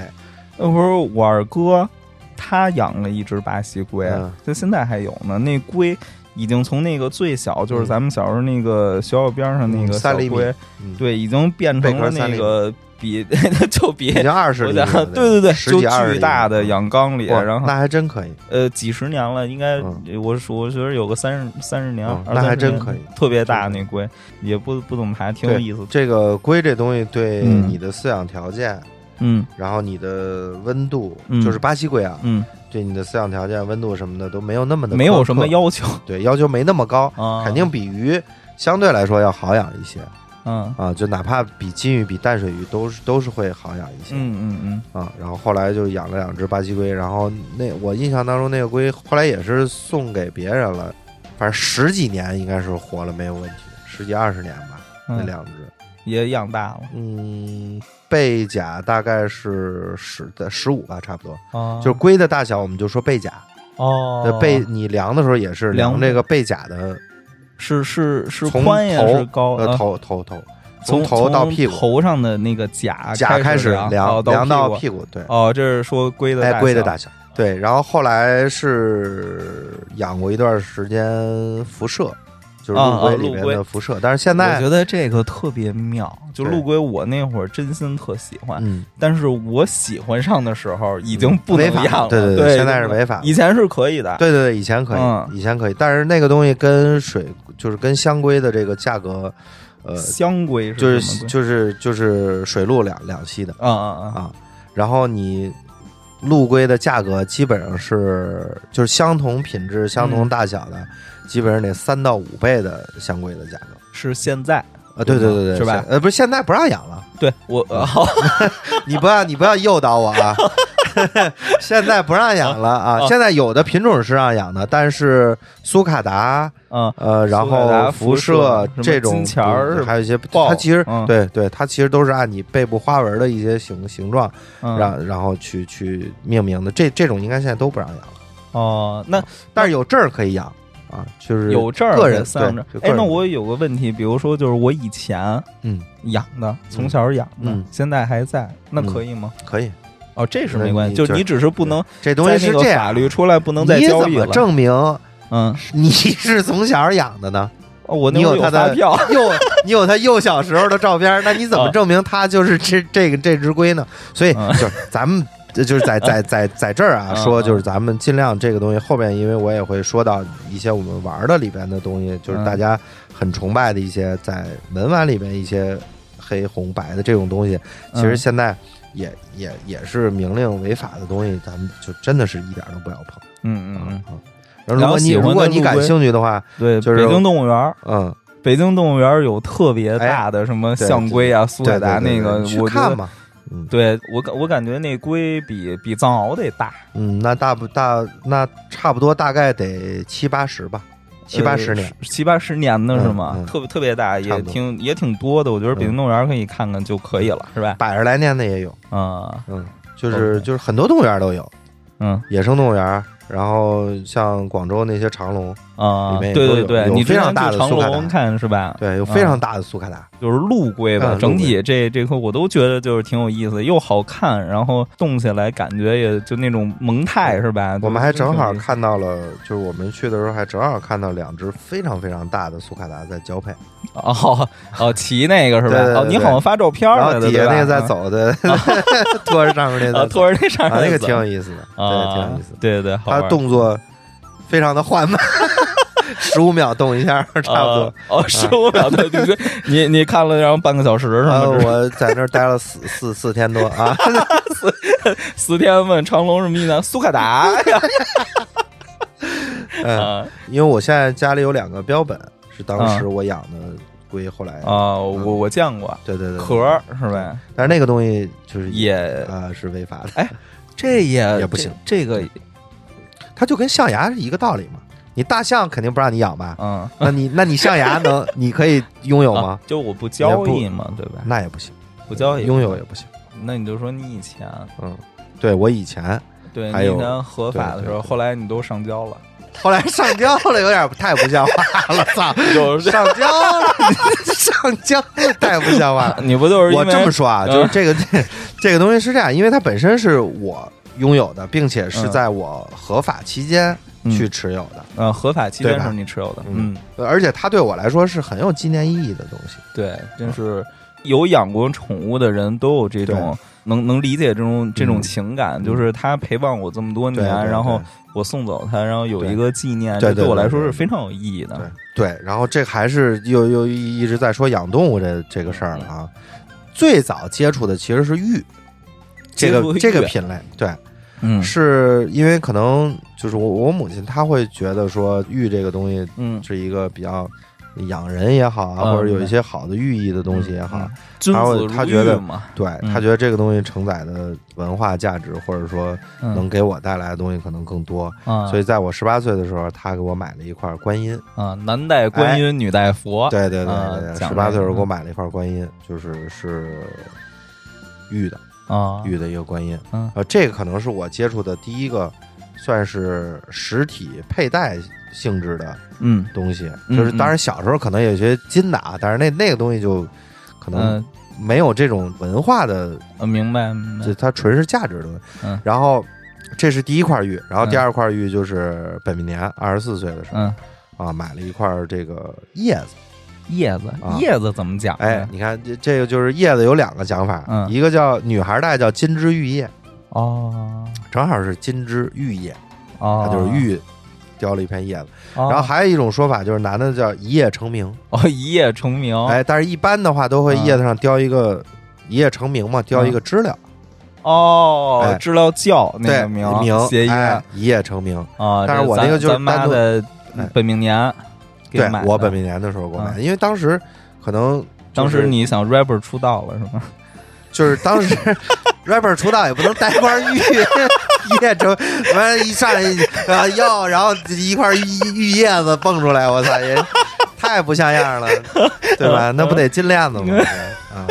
那会儿我二哥他养了一只巴西龟嗯，就现在还有呢。那龟已经从那个最小，就是咱们小时候那个学校边上那嗯个三小厘米龟，嗯，对，已经变成了贝壳三厘那米个比 *laughs* 就比已经二十我厘米想了，对对对，十就几二巨十厘米嗯大的养缸里，哇然后那还真可以，呃几十年了，应该嗯我数我觉得有个三十三十年嗯，二那三还十真年可以特别大那龟也不不怎么排，挺有对意思的。这个龟这东西对嗯你的饲养条件，嗯然后你的温度，嗯就是巴西龟啊，嗯，对你的饲养条件、温度什么的都没有那么的苛刻，没有什么要求对要求没那么高，啊， *laughs* 肯定比鱼相对来说要好养一些嗯啊，就哪怕比金鱼、比淡水鱼都是都是会好养一些、嗯嗯嗯啊。然后后来就养了两只巴西龟，然后那我印象当中那个龟后来也是送给别人了，反正十几年应该是活了没有问题，十几二十年吧，那嗯，两只。也养大了嗯，背甲大概是十的十五吧，差不多。啊，就是龟的大小，我们就说背甲。哦那，背你量的时候也是量量这个背甲的是是是从宽呀，头是高呃啊头头头，从头到屁从股，头上的那个甲甲啊开始量量哦量到屁股屁股，对，哦，这是说龟的哎，龟的大小小。对，然后后来是养过一段时间辐射，就是啊陆龟啊里陆面龟的辐射，但是现我在觉得这个特别妙，就对陆龟，我那会儿真心特喜欢，嗯，但是我喜欢上的时候已经不能违法养了，对对对现在是违法的以前是可以的，对对对，以前可以，嗯以前可以，但是那个东西跟水就是跟香龟的这个价格，呃，香龟是就什是么龟就是就是水陆两两栖的啊啊啊，啊。然后你陆龟的价格基本上是就是相同品质、相同大小嗯的，基本上得三到五倍的香龟的价格是现在啊。对对对对，是吧现呃，不是现在不让养了， *laughs* 对我嗯呃 *laughs* 好你 *laughs* 不要你不要诱导我啊！ *laughs* 现在不让养了啊！啊现在有的品种是让养的，但是苏卡达。嗯呃，然苏格后兰辐辐射射这什么种金钱儿不是还有一些，豹它其实、嗯对对，它其实都是按你背部花纹的一些形形状，嗯然、然后去去命名的。这这种应该现在都不让养了，哦，那但是有证儿可以养啊，就是有证儿个人三张证对就个哎，人那我有个问题，比如说就是我以前嗯养的，从小养的，嗯现在还在，那嗯可以吗？可以。哦，这是那没关系，你就就是你只是不能这东西在是那个这样，法律出来不能再你交怎易么了。证明嗯，你 *laughs* 是从小养的呢？哦我那你会儿有他发的票， *laughs* 幼，你有他幼小时候的照片，那你怎么啊证明他就是这这个这只龟呢？所以嗯就是咱们。呃就是在在在在这儿啊，嗯说嗯就是咱们尽量这个东西后边，因为我也会说到一些我们玩的里边的东西，就是嗯大家很崇拜的一些在文玩里边一些黑红白的这种东西，其实嗯现在也也也是明令违法的东西，咱们就真的是一点儿都不要碰。嗯嗯嗯，啊，然后如然果后你喜欢如果的你陆感龟兴趣的话，对，就是北京动物园儿，嗯，北京动物园儿有特别大的什么哎对象龟啊、苏对格对达对那对个你，去我觉看得嘛，嗯对我感我感觉那龟比比藏獒得大，嗯，那大不大？那差不多大概得七八十吧，七八十呃年。，七八十年的是嗯嗯吗？特别特别大，差也不多嗯挺也挺多的。我觉得北京动物园可以看看就可以了，是吧？百十来年的也有，啊，嗯，就是、 OK 就是很多动物园都有，嗯野生动物园，然后像广州那些长隆，啊，里面对也都有对对，有你之非常前大的去长苏格兰隆看是吧？对，有啊非常大的苏卡达，就是陆龟吧，嗯整陆体这这颗我都觉得就是挺有意思，又好看，然后动起来感觉也就那种萌态是吧？嗯我们还正好就是挺有意思看到了，就是我们去的时候还正好看到两只非常非常大的苏卡达在交配，哦哦骑那个是吧对对？对哦，你好像发照片然后来的，底下对吧那个在，走的， *laughs* 拖着上面那啊，个在走拖着那上啊，面那个走挺有意思的，对，啊，挺有意思的。对对，好他玩动作非常的缓慢， *laughs* 十五秒动一下，差不多啊。哦，十五秒的，你这 *laughs* 你你看了然后半个小时是然吗？后这是呃啊我在那儿待了四四四天多 *laughs* 啊，四天问长隆什么意思？苏卡 *laughs* 达呀，嗯，啊因为我现在家里有两个标本，是当时我养的龟，后来，嗯啊，我我见过对对对，壳儿是吧？但是那个东西就是也啊是违法的，这也也不行，这这个它就跟象牙是一个道理嘛。你大象肯定不让你养吧？嗯，那你那你象牙能你可以拥有啊吗？就我不交易嘛，对吧？那也不行，不交易拥有也，不行。那你就说你以前嗯，对我以前对，还有你以前合法的时对候，后来你都上交了，后来上交了，有点太不像话了，操！就是上交了，上交太不像话了。你不就是因我为这么说啊，嗯就是这个 *laughs* 这个东西是这样，因为它本身是我拥有的，并且是嗯在我合法期间嗯去持有的，呃合法期间对吧是你持有的，嗯嗯，而且它对我来说是很有纪念意义的东西。对，真嗯是有养过宠物的人都有这种能能理解这种这种情感，就是它陪伴我这么多年嗯对，嗯对然后对我送走它，然后有对一个纪念，对这对对我对来说对是非常有意义的。对，然后这还是又又一直在说养动物这这个事儿了啊。最早接触的其实是玉，这接触个玉啊这个品类，对，嗯是因为可能就是我我母亲她会觉得说玉这个东西嗯，是一个比较养人也好啊，嗯或者有一些好的寓意的东西也好，君然后子他如觉得玉嘛，对嗯她觉得这个东西承载的文化价值，或者说能嗯给我带来的东西可能更多。啊，所以在我十八岁的时候，她给我买了一块观音。啊，男戴观音，女戴佛，哎对对对啊对对，讲十八这岁时个候给我买了一块观音，就是是玉的啊，玉的一个观音。嗯呃，这个可能是我接触的第一个算是实体佩戴性质的嗯东西。嗯就是嗯当然小时候可能有些金的啊，但是那那个东西就可能嗯，没有这种文化的，呃明白明就白，它纯是价值的东西。嗯然后。这是第一块玉，然后第嗯二块玉就是本命年二十四岁的时候、嗯，啊，买了一块这个叶子。叶子啊叶子怎么讲呢？哎，你看这这个就是叶子有两个讲法，嗯一个叫女孩戴叫金枝玉叶，哦正好是金枝玉叶，它哦，就是玉雕了一片叶子。哦，然后还有一种说法就是男的叫一夜成名，哦一夜成名，哎，但是一般的话都会嗯叶子上雕一个一夜成名嘛，雕一个知了，哦哎，知了叫那对个名谐音哎，一夜成名。啊。但是这我那咱个就是咱妈单独的哎本命年给对买的，嗯我本命年的时候给我买的，因为当时可能就当是时你想 rapper 出道了是吗？就是 *laughs* 当时 rapper 出道也不能带块玉， *laughs* 一夜成完一上来啊要，然后一块玉玉叶子蹦出来，我操也太不像样 *laughs* 了，对吧？那不得金链子吗？啊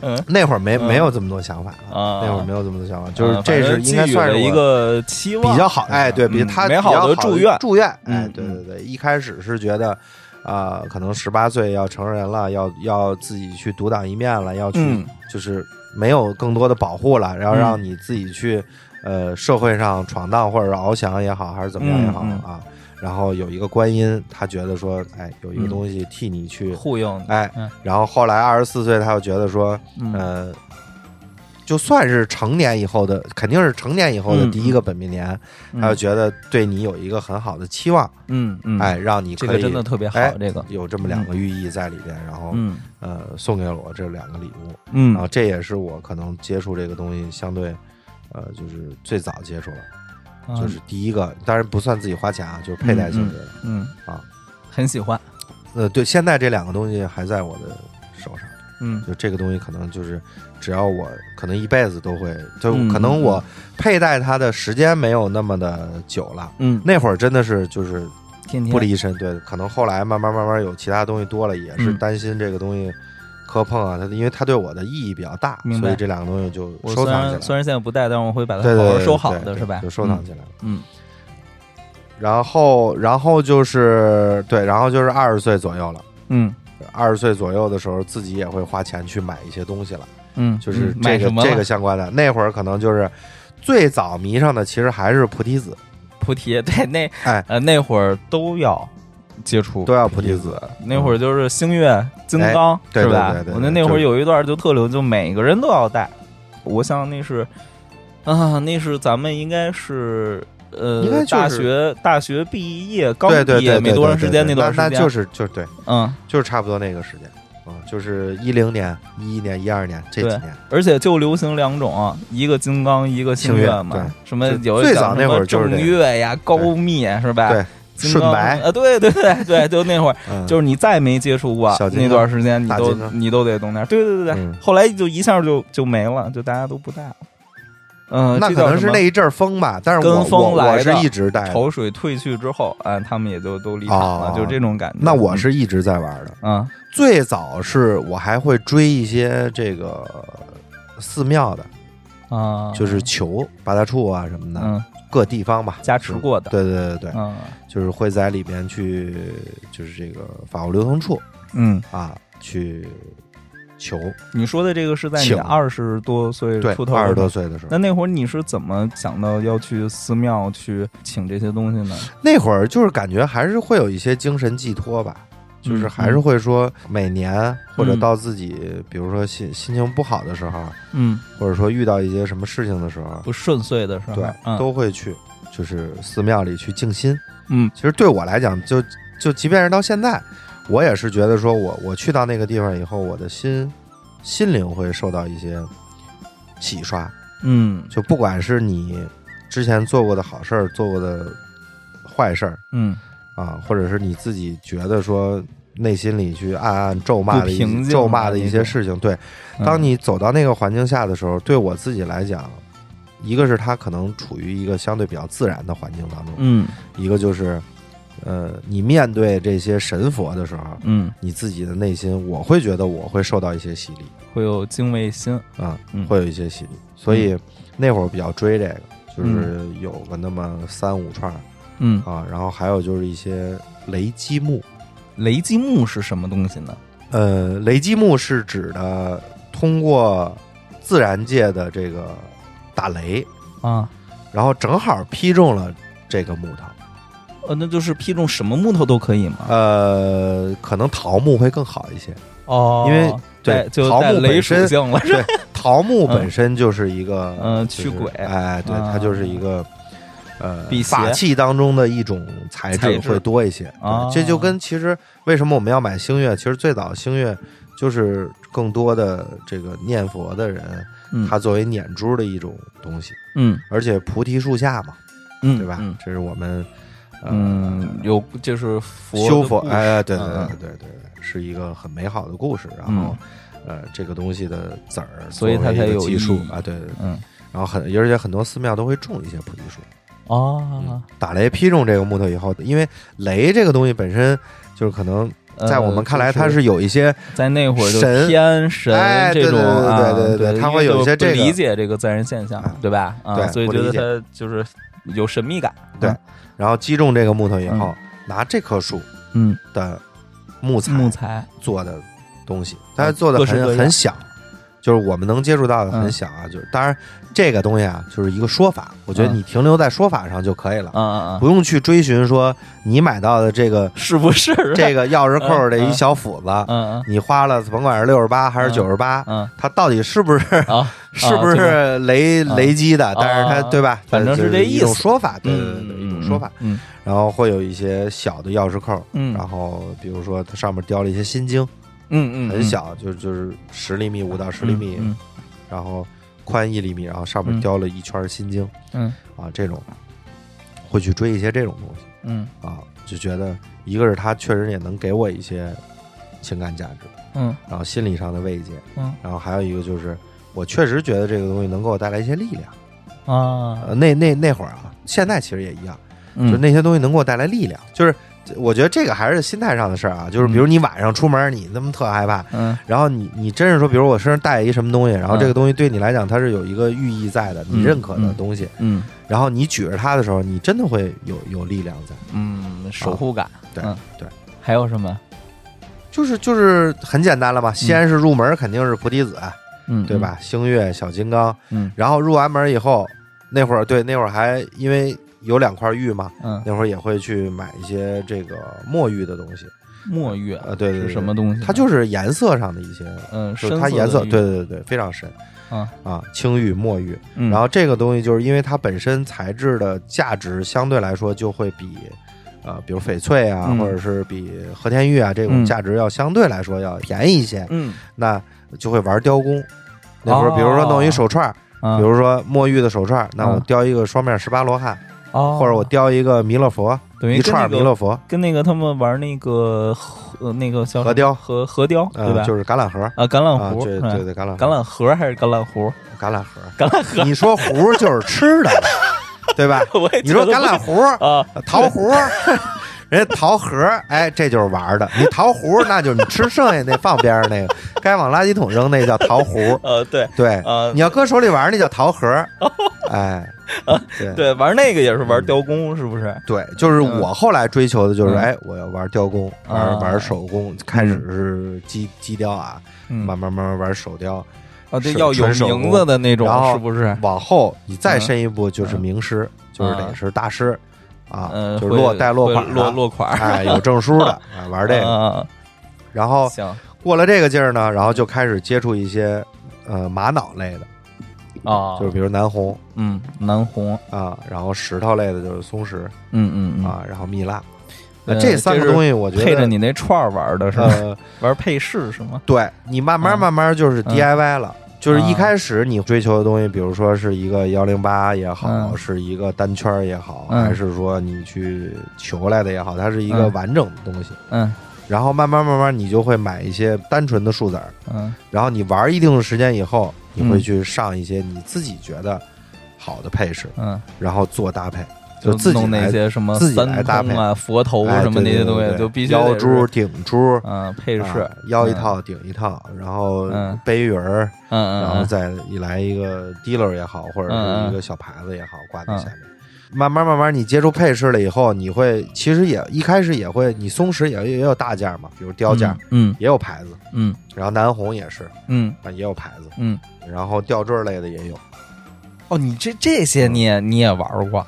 嗯，那会儿没嗯没有这么多想法啊那会儿没有这么多想法， *laughs* 就是啊反这正是应该寄予算是了一我个期望，比较好，哎，对比嗯他美比较好的祝愿祝愿，哎嗯，对对嗯对，一开始是觉得。啊、可能十八岁要成人了，要要自己去独当一面了，要去、嗯就是没有更多的保护了，然后嗯让你自己去、呃社会上闯荡或者翱翔也好，还是怎么样也好、嗯啊。然后有一个观音，他觉得说，哎，有一个嗯东西替你去，护佑你，哎嗯，然后后来二十四岁，他又觉得说，嗯呃，就算是成年以后的，肯定是成年以后的嗯第一个本命年，嗯他就觉得对你有一个很好的期望，嗯嗯，哎，，让你可这以个真的特别好哎，这个，有这么两个寓意在里边，然后嗯呃送给了我这两个礼物，嗯然后这也是我可能接触这个东西相对呃就是最早接触啊了，就是第一个，当然不算自己花钱啊，就是佩戴性质的。嗯啊，很喜欢，呃，对，现在这两个东西还在我的手上。嗯就这个东西可能就是，只要我可能一辈子都会，就嗯可能我佩戴它的时间没有那么的久了。嗯，那会儿真的是就是天天不离身，对，可能后来慢慢慢慢有其他东西多了，也是嗯担心这个东西磕碰啊，它因为它对我的意义比较大，明白所以这两个东西就我收虽藏起来然了。虽然现在不戴，但是我会把它对好对好对，收好对的，对是吧？就收藏起来了。嗯然后，然后就是对，然后就是二十岁左右了。嗯二十岁左右的时候，自己也会花钱去买一些东西了，嗯，就是嗯这买个什么这了个相关的。那会儿可能就是最早迷上的，其实还是菩提子，菩提， *laughs* 对，那哎，呃那会儿都要接触都要菩提子子，那会儿就是星月、金刚，嗯哎对是吧对对对？对我那那会儿有一段就特流行，就每个人都要戴。我想那是啊，那是咱们应该是呃应该就是大学大学毕业刚对对毕业对，没对多长对时对间对段时那间，那就是就是对，嗯，就是差不多那个时间。啊，就是一零年、一一年、一二年这几对年，而且就流行两种啊，一个金刚，一个星月星月嘛，什么就有最早那会儿就讲是什么这个正月呀、高密是吧？对金刚顺白啊，对对对对，就那会儿，嗯就是你再没接触过小金刚那段时间，你大都金刚你都得懂点儿。对对对对，嗯后来就一下就就没了，就大家都不戴了。嗯、那这可叫能什是么那一阵儿风吧，但是我跟风我我来是的一直戴的，潮水退去之后，啊，他们也就都离场了，哦就这种感觉。那我是一直在玩的。嗯最早是我还会追一些这个寺庙的，啊，嗯就是球、八大处啊什么的，嗯各地方吧加持过的对对对对对，嗯就是会在里边去，就是这个法务流通处嗯，啊去求，你说的这个是在你请二十多岁对出，头二十的多吗。岁的时候那，那会儿你是怎么想到要去寺庙去请这些东西呢？那会儿就是感觉还是会有一些精神寄托吧，嗯就是还是会说每年或者到自己，比如说心心情不好的时候，嗯，或者说遇到一些什么事情的时候，不顺遂的时候，对，嗯都会去就是寺庙里去静心。嗯其实对我来讲，就就即便是到现在，我也是觉得说我我去到那个地方以后，我的心心灵会受到一些洗刷。嗯就不管是你之前做过的好事儿，做过的坏事儿嗯啊，或者是你自己觉得说内心里去暗暗咒骂的一不平静咒骂的一的那些种事情，对，嗯，当你走到那个环境下的时候，对我自己来讲，一个是它可能处于一个相对比较自然的环境当中，嗯一个就是，呃，你面对这些神佛的时候，嗯你自己的内心，我会觉得我会受到一些洗礼会有敬畏心，啊嗯，会有一些洗礼。所以那会儿比较追这个，就是有个那么三五串儿嗯，啊，然后还有就是一些雷击木，雷击木是什么东西呢？呃，雷击木是指的通过自然界的这个打雷。啊，然后正好劈中了这个木头。呃，那就是劈中什么木头都可以吗？呃，可能桃木会更好一些，哦因为带对就桃带木雷本属身性了， *laughs* 对桃木本身就是一个 *laughs* 嗯就是驱鬼哎，对，啊它就是一个。呃辟，邪法器当中的一种材材质质会多一些对啊这就跟其实为什么我们要买星月，其实最早星月就是更多的这个念佛的人，嗯他作为捻珠的一种东西，嗯而且菩提树下嘛，嗯，对吧？嗯这是我们呃嗯，有就是佛的修佛，故事哎，对对对嗯对对对，是一个很美好的故事。然后，呃，这个东西的籽儿，所以它才有技术意义啊，对对。对嗯然后很，而且很多寺庙都会种一些菩提树。哦，打雷劈中这个木头以后，因为雷这个东西本身就是可能呃在我们看来，就它是有一些在那会儿就神天神哎这种啊，对对对对对对他会有一些就不这个理解这个自然现象哎，对吧？啊，对所以不觉理得解它就是有神秘感。对啊然后击中这个木头以后，拿这棵树嗯，的木材木材，做的东西，它做的各式各很样很小，就是我们能接触到的很嗯小啊。就是当然这个东西啊，就是一个说法，我觉得嗯你停留在说法上就可以了。嗯嗯嗯，不用去追寻说你买到的这个是不 *laughs* 是？这个钥匙扣的嗯一嗯小斧子，嗯，嗯你花了甭管是六十八还是嗯九十八，嗯它到底是不是啊，是不这个是雷啊雷击的？但是它啊对吧？反正它是就这意一种思说法， *laughs* 对对嗯对，嗯对一种说法。，嗯然后会有一些小的钥匙扣，嗯，然后比如说它上面雕了一些心经，嗯嗯很小，就就是十厘米、五到十厘米，嗯然后宽一厘米，然后上面嗯雕了一圈心经嗯啊，这种会去追一些这种东西。嗯啊，就觉得一个是它确实也能给我一些情感价值，嗯然后心理上的慰藉，嗯然后还有一个就是我确实觉得这个东西能给我带来一些力量。嗯啊，呃，那那那会儿啊，现在其实也一样，就嗯那些东西能给我带来力量，就是。我觉得这个还是心态上的事儿啊，就是比如你晚上出门，你他妈特害怕，嗯然后你你真是说，比如我身上带一什么东西，然后嗯这个东西对你来讲它是有一个寓意在的，你嗯认可的嗯东西，嗯然后你举着它的时候，你真的会有有力量在。嗯，守护感，啊对嗯对，还有什么？就是就是很简单了嘛，先是入门肯定是菩提子，啊嗯，对吧？星月、小金刚，嗯？然后入完门以后，那会儿对那会儿还因为有两块玉嘛，嗯嗯，那会儿也会去买一些这个墨玉的东西，墨月呃，对对是对，什么东西呢？它就是颜色上的一些，嗯，就深是它色颜的色，玉对，对对，非常深啊啊，青玉、墨玉，嗯然后这个东西就是因为它本身材质的价值相对来说就会比。呃，比如翡翠啊，嗯或者是比和田玉啊这种嗯价值要相对来说要便宜一些，嗯，那就会玩雕工。那会儿，哦比如说弄一手串儿，比啊如说墨玉的手串儿，那我嗯雕一个双面十八罗汉，或或者我雕一个弥勒佛，哦等于一跟串儿那弥个勒佛，跟那个他们玩那个呃那个叫核雕核核雕对吧？呃，就是橄榄核啊橄榄啊，核对是对吧对，橄榄橄榄核还是橄榄核？ *laughs* 橄榄核，橄榄核，你说核就是吃的，对吧？ *laughs* 我也你说觉得橄榄不 *laughs* 核、啊桃核，人家桃核，哎，这就是玩儿的。你桃 *laughs* 核，那就是你吃剩下那放边上那个，该往垃圾桶扔那叫桃核。呃，对，对，呃你要搁手里玩儿那叫 *laughs* 桃核。哎，对啊对，玩那个也是玩雕工，是不是？对，就是我后来追求的就是，嗯哎，我要玩雕工，啊玩玩手工，开始是机机雕啊，嗯慢慢慢慢玩手雕，啊，对，嗯是要有纯手工名字的那种然，后是不是？往后你再深一步就是名师，就是嗯啊得是大师啊，嗯，就是会落带落款会的落落款儿，哎，有证书 *laughs* 的啊，玩这个。哦嗯嗯然嗯后行过了这个劲儿呢，然后就开始接触一些呃玛瑙类的，啊，就是比如南红嗯，南红，啊，然然后石头类的就是松石嗯嗯嗯，啊，然后蜜蜡。呃那这三这个是东西，我觉得配着你那串儿玩的是吧？呃，玩配饰是吗？对你慢慢嗯慢慢就是嗯 DIY 了。就是一啊开始你追求的东西，比如说是一个幺零八也好，嗯是一个单圈儿也好，嗯还是说你去求来的也好，它是一个嗯完整的东西。嗯然后慢慢慢慢，你就会买一些单纯的树籽儿，嗯然后你玩一定的时间以后，你会嗯去上一些你自己觉得好的配饰，嗯，然后做搭配，就自己弄那来些什么自己三来搭配通啊、佛头哎什么那些对对东对西，对就必须腰得是珠、顶珠，嗯配饰，啊腰一嗯套顶一套，然后嗯背鱼儿，嗯嗯，然后嗯再一来一个提溜也好，或者是一个小牌子也好，挂在下面。嗯慢慢慢慢，你接触配饰了以后，你会其实也一开始也会，你松石也也有大件儿嘛，比如雕件儿、，嗯也有牌子，嗯然后南红也是嗯啊，也有牌子，嗯，然后吊坠儿类的也有，哦，你这这些你也你也玩过，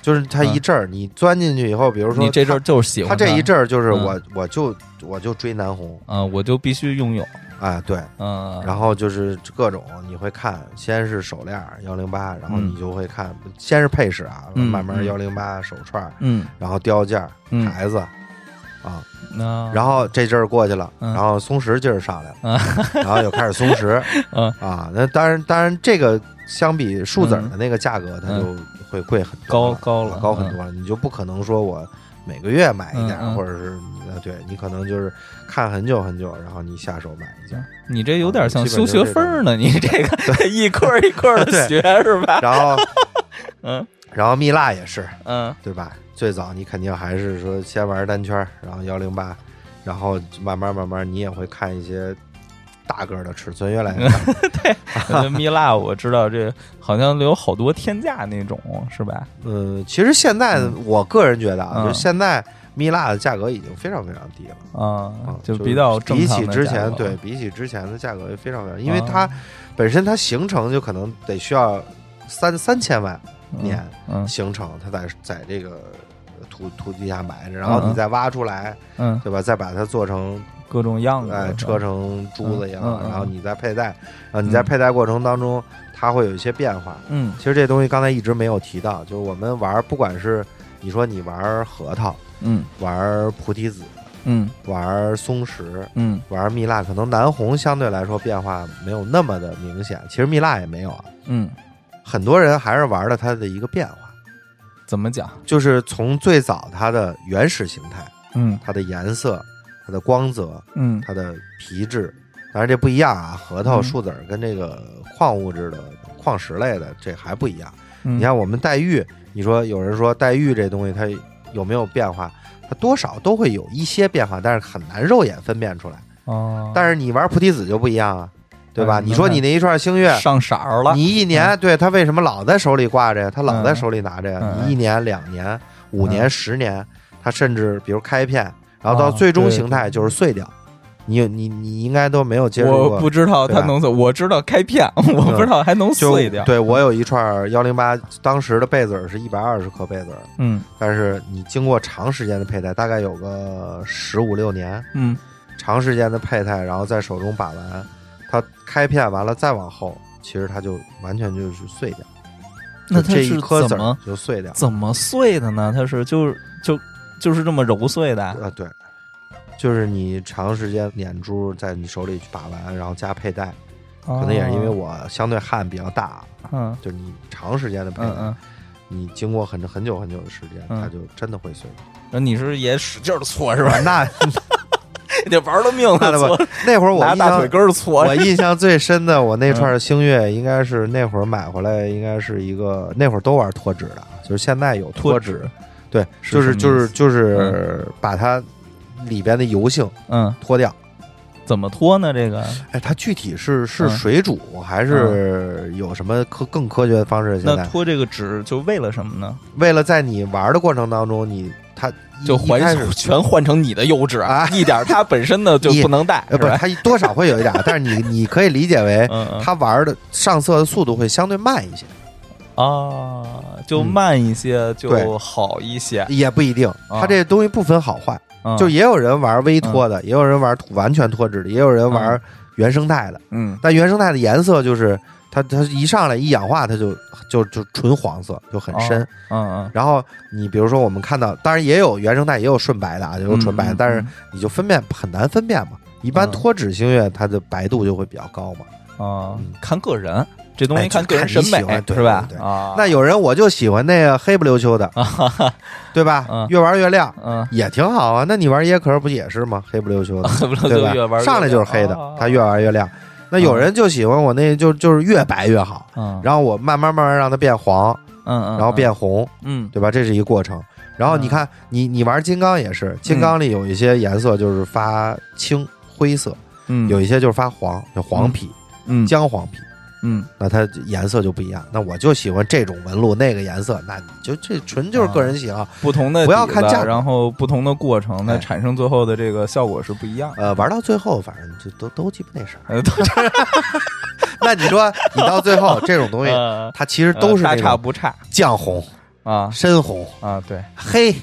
就是它一阵儿、你钻进去以后，比如说嗯你这阵儿就是喜它欢它这一阵儿就是嗯我、我就我就追南红啊，我就必须拥有，啊，对，嗯，然后就是各种你会看，先是手链幺零八，然后嗯你就会看，先是配饰啊，嗯慢慢嗯幺零八手串儿，嗯然后雕件儿、嗯牌子啊，那然后这阵儿过去了，嗯然后松石劲儿上来了，啊 *laughs* 然后又开始松石嗯 *laughs* 啊，那当然当然这个相比树籽儿的那个价格，它就嗯会贵很多了高高啊了嗯高很多了，你就不可能说我每个月买一件儿，嗯嗯或者是你呃对你可能就是看很久很久，然后你下手买一件儿。你这有点像啊基本修学就是这分儿呢， *laughs* 你这个一块儿一块儿的学是吧？然后，嗯，然后蜜蜡也是，嗯对吧？最早你肯定还是说先玩单圈儿，然后幺零八，然后慢慢慢慢你也会看一些大个儿的尺寸越来越大，呃蜜蜡我知道这好像有好多天价那种是吧？ *laughs* 嗯，其实现在我个人觉得啊，嗯就现在蜜蜡的价格已经非常非常低了。啊啊，，就比较正比常起的之价前，格对比起之前的价格也非常非常，因为啊它本身它形成就可能得需要三三千万年，嗯形成，它在在这个土土地下埋着，然后你再挖出来，嗯，对吧？再把它做成各种样子，哎车成珠子一样，嗯嗯嗯然后你再佩戴，然后你在佩戴过程当中，它会有一些变化。嗯其实这东西刚才一直没有提到，就是我们玩，不管是你说你玩核桃、嗯玩菩提子、嗯玩松石、嗯玩蜜蜡，可能南红相对来说变化没有那么的明显，其实蜜蜡也没有啊，嗯，很多人还是玩了它的一个变化。怎么讲？就是从最早它的原始形态、嗯它的颜色、它的光泽、嗯它的皮质，当然这不一样啊。核桃、嗯树籽儿跟这个矿物质的矿石类的这还不一样。嗯，你看我们黛玉，你说有人说黛玉这东西它有没有变化？它多少都会有一些变化，但是很难肉眼分辨出来。哦，但是你玩菩提子就不一样啊，对吧？嗯你说你那一串星月，上色儿了，你一年对它为什么老在手里挂着呀？它老在嗯手里拿着呀嗯。嗯你一年、两年、五年、十年，它甚至比如开一片，然啊后到最终对形态就是碎掉。你有你你应该都没有接触我不过。知道对吧它能碎，我知道开片， *laughs* 我不知道还能就碎掉。嗯对我有一串幺零八，当时的贝子儿是一百二十克贝子儿，嗯但是你经过长时间的佩戴，大概有个十五六年，嗯长时间的佩戴，然后在手中把玩，它开片完了再往后，其实它就完全就是碎掉。那就它这是一颗籽怎儿么就碎掉。怎么碎的呢？它是就是就就是这么揉碎的啊，对，就是你长时间捻珠在你手里去把玩，然后加佩戴，可可能也是因哦为我相对汗比较大，啊嗯就是你长时间的佩戴，嗯嗯，你经过很很久很久的时间，嗯它就真的会碎。那你是也使劲的搓是吧？ *laughs* 那得玩了命那的搓，不，那会儿我拿印大腿嗯象根儿搓我。印象最深的，我那串星月应该啊是那会儿买回来，应该是一个那会儿都玩脱脂的，就是现在有脱脱脂，对，是就是什就么意是思就是把它里边的油性嗯，脱掉。怎么脱呢？这个哎，它具体是是嗯水煮、还是有什么科更科学的方式？现那在脱这个纸就为了什么呢？为了在你玩的过程当中，你它一就一开还始全换成你的幼稚啊一点它本身的就你不能带，是呃不是哎吧？它多少会有一点儿，但是你你可以理解为嗯嗯它玩的上色的速度会相对慢一些，啊，就嗯慢一些就对好一些，也不一定。它这东西不分好坏，啊嗯就也有人玩微脱的，也有人玩完全脱脂的，也有人玩嗯原生态的。嗯但原生态的颜色就是它它一上来一氧化，它就就就纯黄色，就很深。嗯然后你比如说我们看到，当然也有原生态，也有顺白的啊，也有嗯，纯白的，嗯但是嗯你就分辨很难分辨嘛。一般嗯脱脂星月它的白度就会比较高嘛。啊嗯，看个人，这东西哎看个人审看你喜美欢对是吧对？对啊，那有人我就喜欢那个黑不溜秋的，对吧嗯？越玩越亮嗯，也挺好啊。那你玩椰壳不也是吗？黑不溜秋的，不对啊就吧？越玩越上来就是黑啊的，它越玩越亮。那有人就喜欢我那就就是越白越好，嗯，然后我慢慢慢慢让它变黄，嗯嗯，然后变红，嗯对吧？这是一过程。然后你看，你你玩金刚也是，嗯金刚里有一些颜色就是发青灰色，嗯有一些就是发黄，就黄皮、嗯姜黄皮，嗯那它颜色就不一样。那我就喜欢这种纹路，那个颜色，那你就这纯就是个啊人喜好。不同的不要底看子价格然后不同的过程，那哎产生最后的这个效果是不一样的。呃，玩到最后，反正就都都鸡巴那啥。呃，都是那你说，你到 *laughs* 最后这种东西，呃它其实都是大那差种不差酱红、啊深红、啊，对，黑，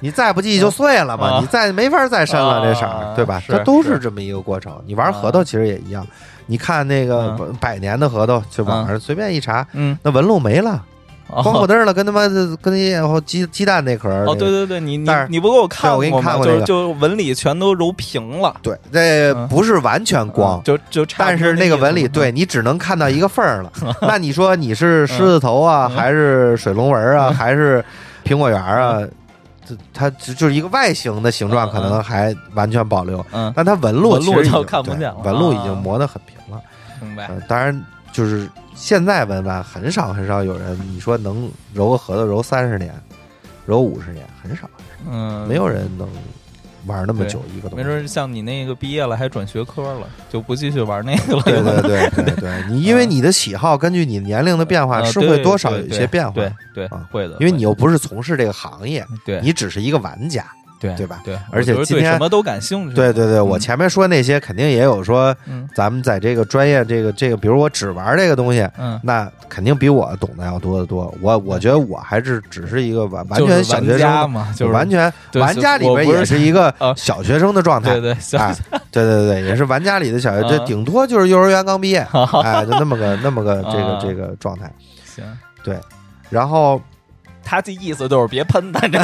你再不济就碎了嘛，啊你再没法再深了这色啊儿，对吧？是它都是是这么一个过程。你玩核桃其实也一样，你看那个嗯百年的核桃，去网上随便一查，嗯，那纹路没了，哦光火灯了，跟他妈的跟那鸡鸡蛋那壳儿哦，那对对个。对，你你但是你不给我看对我给你吗看过就那是个就纹理全都揉平了，对，这嗯不是完全光嗯，就就差不多但是那个纹理，意思嗯对你只能看到一个缝儿 *laughs* 了。那你说你是狮子头啊，嗯还是水龙纹啊，还是苹果园啊？这它只就是一个外形的形状，嗯可能还完全保留，嗯，但它纹路纹路其实已就经看不对见了纹路已啊哎经磨得很平了。明白，呃当然，就是现在文玩很少很少有人，你说能揉个核桃揉三十年，揉五十年，很少，嗯，没有人能玩那么对久一个东没西。准儿像你那个毕业了还转学科了，就不继续玩那个了。对对 *laughs* 对对对，你因为你的喜好根据你年龄的变化呃是嗯对会多少有对一些变化，对对，对啊会的，因为你会又不是从事这个行业，的对你只是一个玩家。对对吧对，我而且觉得今对什天么都感兴趣。对对对，我嗯前面说那些肯定也有说，嗯咱们在这个专业这个这个，比如我只玩这个东西，嗯，那肯定比我懂得要多得多。我我觉得我还是只是一个完完就是全小学玩家生，嘛，就是完全对玩家里边我不也是一个啊小学生的状态对。对，小哎，对对对，也是玩家里的小学，这啊顶多就是幼儿园刚毕业，哎，就那么个那 *laughs* 么个这个啊这个状态。行。*laughs* 然后，他这意思就是别喷他， *laughs* 这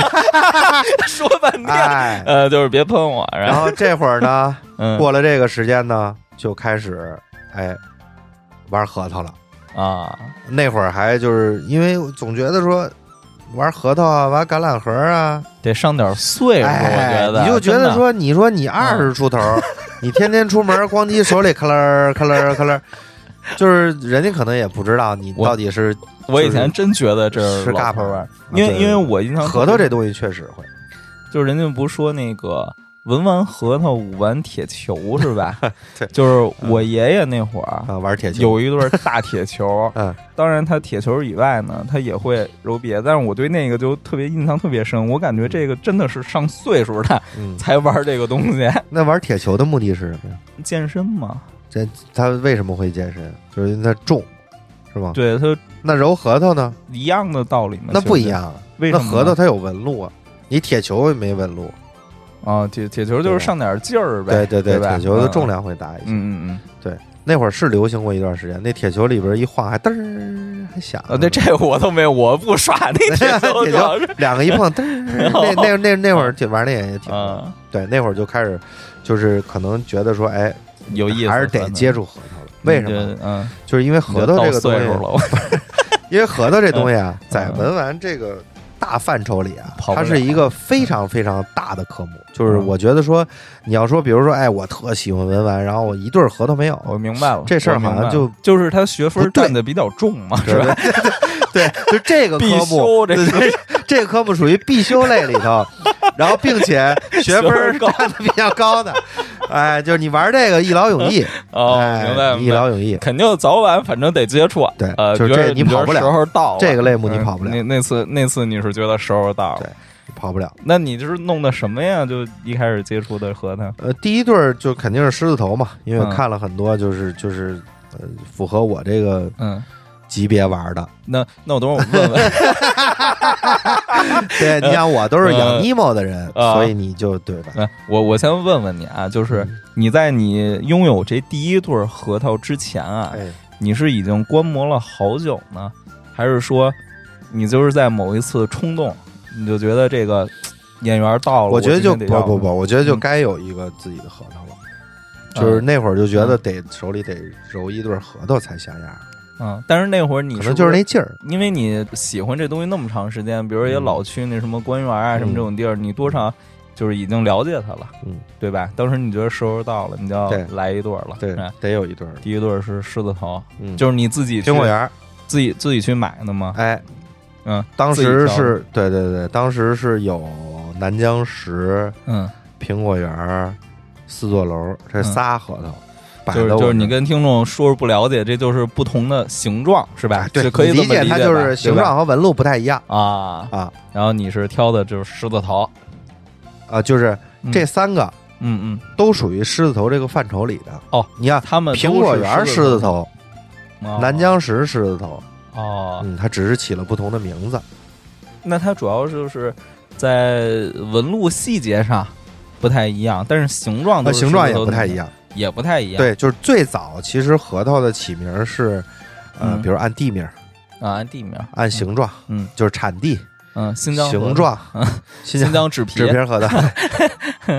说半天， *laughs* 哎，呃，就是别喷我，然然后后这会儿呢，嗯过了这个时间呢，就开始哎玩核桃了。啊，那会儿还就是因为我总觉得说玩核桃啊，玩橄榄核啊，得上点岁数，我哎觉，得你就觉真得的嗯说，你说你二十出头，你天天出门咣叽手里咔啦咔啦咔啦，就是人家可能也不知道你我到底是我以就是前真觉得这是老尬头牌玩儿，因对为对因为对我印象核桃特别这东西确实会，就是人家不说那个文玩核桃，武玩铁球是吧？ *laughs* 对嗯就是我爷爷那会儿啊，玩铁球，有一对儿大铁球嗯，当然他铁球以外呢，他也会揉别的，但是我对那个就特别印象特别深，我感觉这个真的是上岁数的嗯，才玩这个东西，那玩铁球的目的是什么呀？健身嘛，这他为什么会健身？就是因为它重，是吗？对他那揉核桃呢？一样的道理嘛，哦那不其实一，样啊，为什那么呢核桃它有纹路啊，你铁球也没纹路。啊，铁铁球就是上点劲儿呗，对对对吧，嗯铁球的重量，量会大一些。嗯嗯嗯，那会儿是流行过一段时间，那铁球里边一晃还噔儿还响。啊，对这个我都没有，我不耍 *laughs* 那铁球，主铁球要是两个一 *laughs* 碰噔儿，那那那那会儿挺玩那也挺、啊，对，那会儿就开始就是可能觉得说，哎，有意思，还是得反正接触核桃了。为什嗯么？对嗯，就是因为核桃这到个东岁数了，西，我因为核桃这东西啊，在嗯文玩这个大范畴里啊，跑不它了是一个非常非常大的科目。就是嗯我觉得说，你要说，比如说，哎，我特喜欢文玩，然后我一对儿哦核桃没有，我明白了，这事儿好像我明白了就就是他学分不对占的比较重嘛，是吧？对对对 *laughs* 对，就这个科必目，修对这对 *laughs* 这个科目属于必修类里头，然后并且学分儿学分高占的比较高的，哎，就是你玩这个一劳永逸，哦哎明白明白一劳永逸，肯定早晚反正得接触。对呃，就是觉得这你觉得跑不了时候到这个类目你跑不嗯了那那次那次你是觉得时候到对了，跑不了。那你就是弄的什么呀？就一开始接触的和他，呃，第一对儿就肯定是狮子头嘛，因为嗯看了很多，就是就是呃，符合我这个嗯，级别玩的。那那我等会儿我问问，对，你想我都是养呃尼莫的人，啊所以你就对吧？来嗯我我先问问你啊，就是嗯你在你拥有这第一对核桃之前啊，哎，你是已经观摩了好久呢，还是说你就是在某一次冲动，你就觉得这个演员到了，我觉得就今天得不要不不，我觉得就嗯该有一个自己的核桃了。就是那会儿就觉得得手里得揉一对核桃才像样儿，嗯，但是那会儿你可是能不就是那劲儿。因为你喜欢这东西那么长时间，比如也嗯老去那什么官员啊、嗯什么这种地儿，你多少就是已经了解它了，嗯，对吧？当时你觉得时候到了，你就要对来一对儿了，对哎，得有一对儿。第一对儿是狮子头，嗯，就是你自己去苹果园儿，自己自己去买的吗？哎，嗯当自时己挑是对对对，当时是有南疆石、嗯，苹果园儿、四座楼这仨核桃，摆就是的就是你跟听众说是不了解，这就是不同的形状是吧？哎啊对就可以这理么解吧，它就是形对吧状和纹路不太一样啊啊然后你是挑的就是狮子头，啊，就是嗯这三个嗯嗯，都属于狮子头这个范畴里的哦。你看他们都是苹果园儿狮狮子子头，哦南疆石狮子头，哦，嗯，它只是起了不同的名字。那它主要就是在纹路细节上不太一样，但是形状那都是啊形状也狮子头不太的一，样。也不太一样。对，就是最早其实核桃的起名是，呃，嗯比如按地名、啊，按地名，按形状，嗯，就是产地、嗯，新疆形核状、新新疆疆纸皮纸皮 *laughs* 核桃，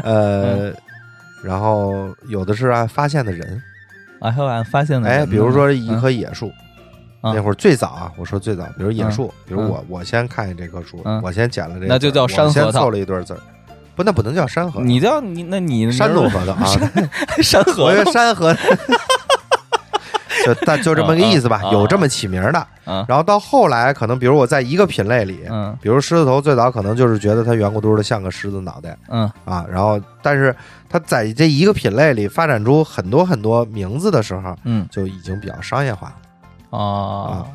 呃，然后有的是按发现的人，啊，还有俺发现的人呢，哎，比如说一嗯棵野树。嗯那会儿最早啊，我说最早，比如野树，比如嗯我我先看见这棵树，嗯我先捡了这个字儿，那就叫山我先核桃凑了一堆字儿，不，那不能叫山核桃，你叫你那你山东核桃啊， *laughs* 山河我觉得 *laughs* 山河，就但就这么个意思吧，啊啊啊有这么起名的。啊，然后到后来，可能比如我在一个品类里，嗯比如狮子头，最早可能就是觉得它圆咕嘟的像个狮子脑袋嗯啊，然后但是它在这一个品类里发展出很多很多名字的时候，嗯就已经比较商业化了。哦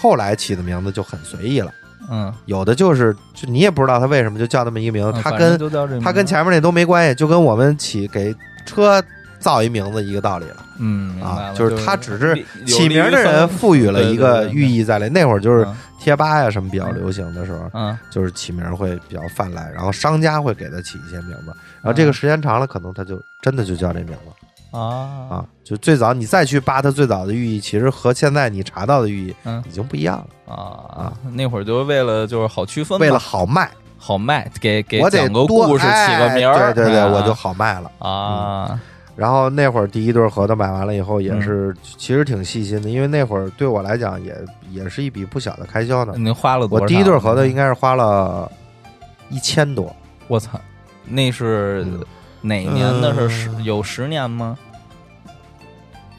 后来起的名字就很随意了，嗯，有的就是就你也不知道它为什么就叫那么一个名字，嗯它反呃跟正就叫这名它儿跟前面那都没关系，就跟我们起给车造一名字一个道理了。嗯明白啊了就是就是它只是利有起利名于的分人赋予了对对一个对寓意在里。那会儿就是嗯贴吧呀什么比较流行的时候，嗯就是起名会比较泛滥，然后商家会给他起一些名字，然后这嗯个时间长了，可能他就真的就叫这名字啊啊。就最早你再去扒它最早的寓意，其实和现在你查到的寓意嗯已经不一样了。啊，那会儿就是为了就是好区分嘛，为了好卖，好卖，给给我得讲个多故事，起个哎名儿，对对对，啊我就嗯好卖了。啊，然后那会儿第一对核桃买完了以后，也嗯是其实挺细心的，因为那会儿对我来讲也也是一笔不小的开销呢。您花了多我少？第一对核桃应，该是花了一千多，我操，那是嗯哪年的？是嗯十有十年吗？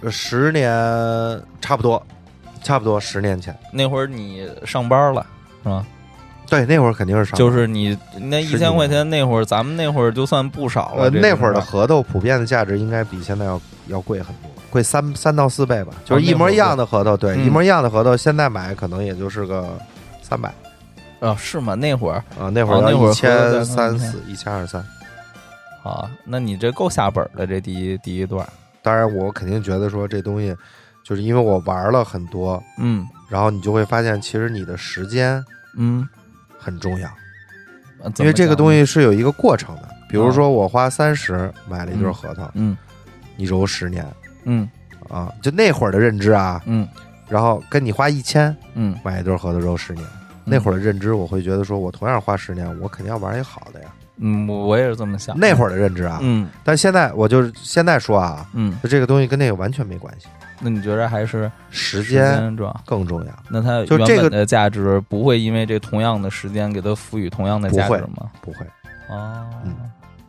十年差不多，差不多十年前。那会儿你上班了。是吧？对，那会儿肯定是上。就是你那一十几千块年钱，那会儿咱们那会儿就算不少了。呃，这那个会儿的是吧核桃普遍的价值应该比现在要要贵很多，贵三三到四倍吧。就是哦一那会模儿一样的核桃，对，嗯一模一样的核桃，现在买可能也就是个三百啊，是吗？那会儿啊，那会哦儿那会要儿一核千桃在那三四、一千二三。啊，那你这够下本儿的，这第一第一段儿。当然，我肯定觉得说这东西，就是因为我玩了很多，嗯然后你就会发现，其实你的时间嗯，很重要。呃怎因为么这讲个东呢，哦西是有一个过程的。比如说，我花三十买了一对核桃，嗯你揉十年嗯啊，就那会儿的认知啊，嗯然后跟你花一千嗯，买一对核桃揉十年，那会儿的认知，我会觉得说我同样花十年，我肯定要玩一好的呀。嗯，我我也是这么想。那会儿的认知啊，嗯但现在我就是现在说啊，嗯，就这个东西跟那个完全没关系，那你觉得还是时时间间重要？更重要，那它就原这本个的价值不会因为这同样的时间给它赋予同样的价不会值吗？不会。哦，嗯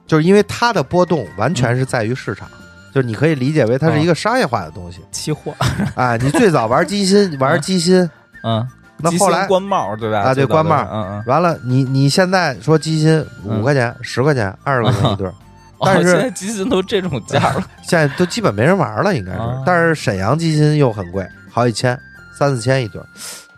就是因为它的波动完全是在于市场，就是你可以理解为 *laughs* 它是一个商业化的东西期货，啊。你最早玩基薪，玩基薪，嗯那吉后星来官帽对吧？啊最对早官帽就是嗯完了，你你现在说鸡心五嗯块钱、十块钱、二十块钱一对儿，嗯，但哦是现在吉星都这种价 *laughs* 了，现在都基本没人玩了，应该是。啊但是沈阳鸡心又很贵，好几千、三四千一对儿。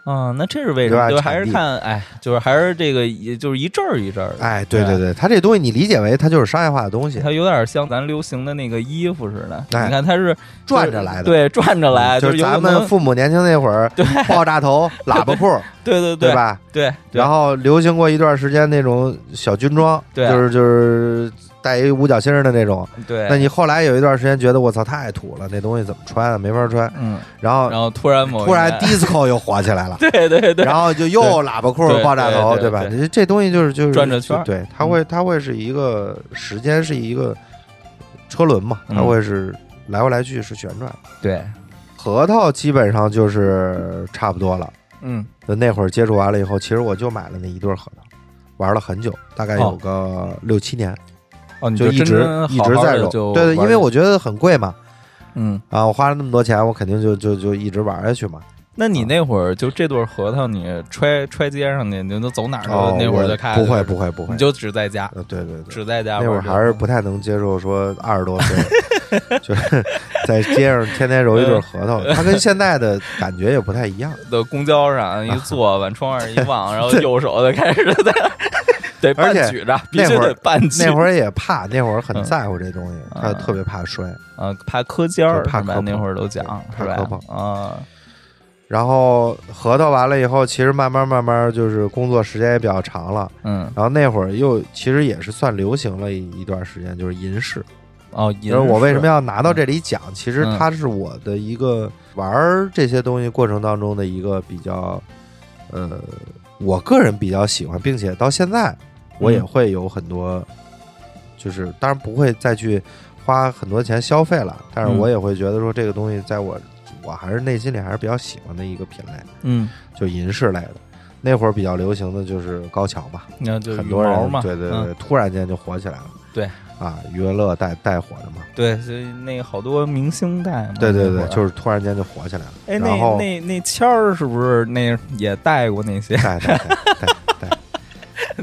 嗯，那这是为什么？对就吧还产是地看，哎，就是还是这个，也就是一阵儿一阵儿的，哎，对对对对，它这东西你理解为它就是商业化的东西，它有点像咱流行的那个衣服似的。哎你看它是转着来的。嗯对，转着来，就是是有可咱能们父母年轻那会儿，爆炸头、喇叭裤，对 *laughs* 对对对？吧？对，对然后流行过一段时间那种小军装，对啊就是就是带一五角星儿的那种。对，那你后来有一段时间觉得我操太土了，那东西怎么穿啊？没法穿。嗯，然后然后突然某一哦突然年，disco 又火起来了对对对，然后就又喇叭裤、对爆炸头，对对吧？对这这东西就是就是转着圈儿嗯对，它会它会是一个时间是一个车轮嘛，它嗯会是来回来去是旋转。对，核桃基本上就是差不多了。嗯，就那会儿接触完了以后，其实我就买了那一对儿核桃，玩了很久，大概有个六七年，哦，你就一真直真一好直好在地揉。就对对，因玩为我觉得很贵嘛，嗯，啊，我花了那么多钱，我肯定就就就一直玩下去嘛。那嗯你那会儿就这对核桃，你揣揣街上去，你就走哪儿都、哦，那会儿就开我了，不会不会不会你，就只在家，呃对对对，只在家那会儿玩这个。还是不太能接受说二十多岁 *laughs* 就是在街上天天揉一对儿核桃，它跟现在的感觉也不太一样。的公交上一坐，往窗 *laughs* 上一望，然后右手就开始在 *laughs* 得而半且举着，必那须会儿得半举。那会儿也怕，那会儿很嗯在乎这东西，他啊特别怕摔。啊，怕磕尖儿，就怕是吧磕碰那会儿都讲对是怕吧磕碰？啊，然后核桃完了以后，其实慢慢慢慢就是工作时间也比较长了。嗯，然后那会儿又其实也是算流行了一一段时间，就是银饰。哦，就银是我为什么要要拿到这里讲，其实嗯它是我的一个玩儿这些东西过程当中的一个比较，呃，我个人比较喜欢，并且到现在我也嗯会有很多，就是当然不会再去花很多钱消费了，但是嗯我也会觉得说这个东西在我我还是内心里还是比较喜欢的一个品类。嗯，就银饰类的。那会儿比较流行的就是高桥嘛，那就很羽多毛人嘛，对对嗯对，突然间就火起来了。对啊，余文乐带带火的嘛，对，所以那个好多明星戴嘛，对对那会对儿，就是突然间就火起来了。 *laughs* 哎，然那后那那签儿是不是那也戴过那些？带带带 带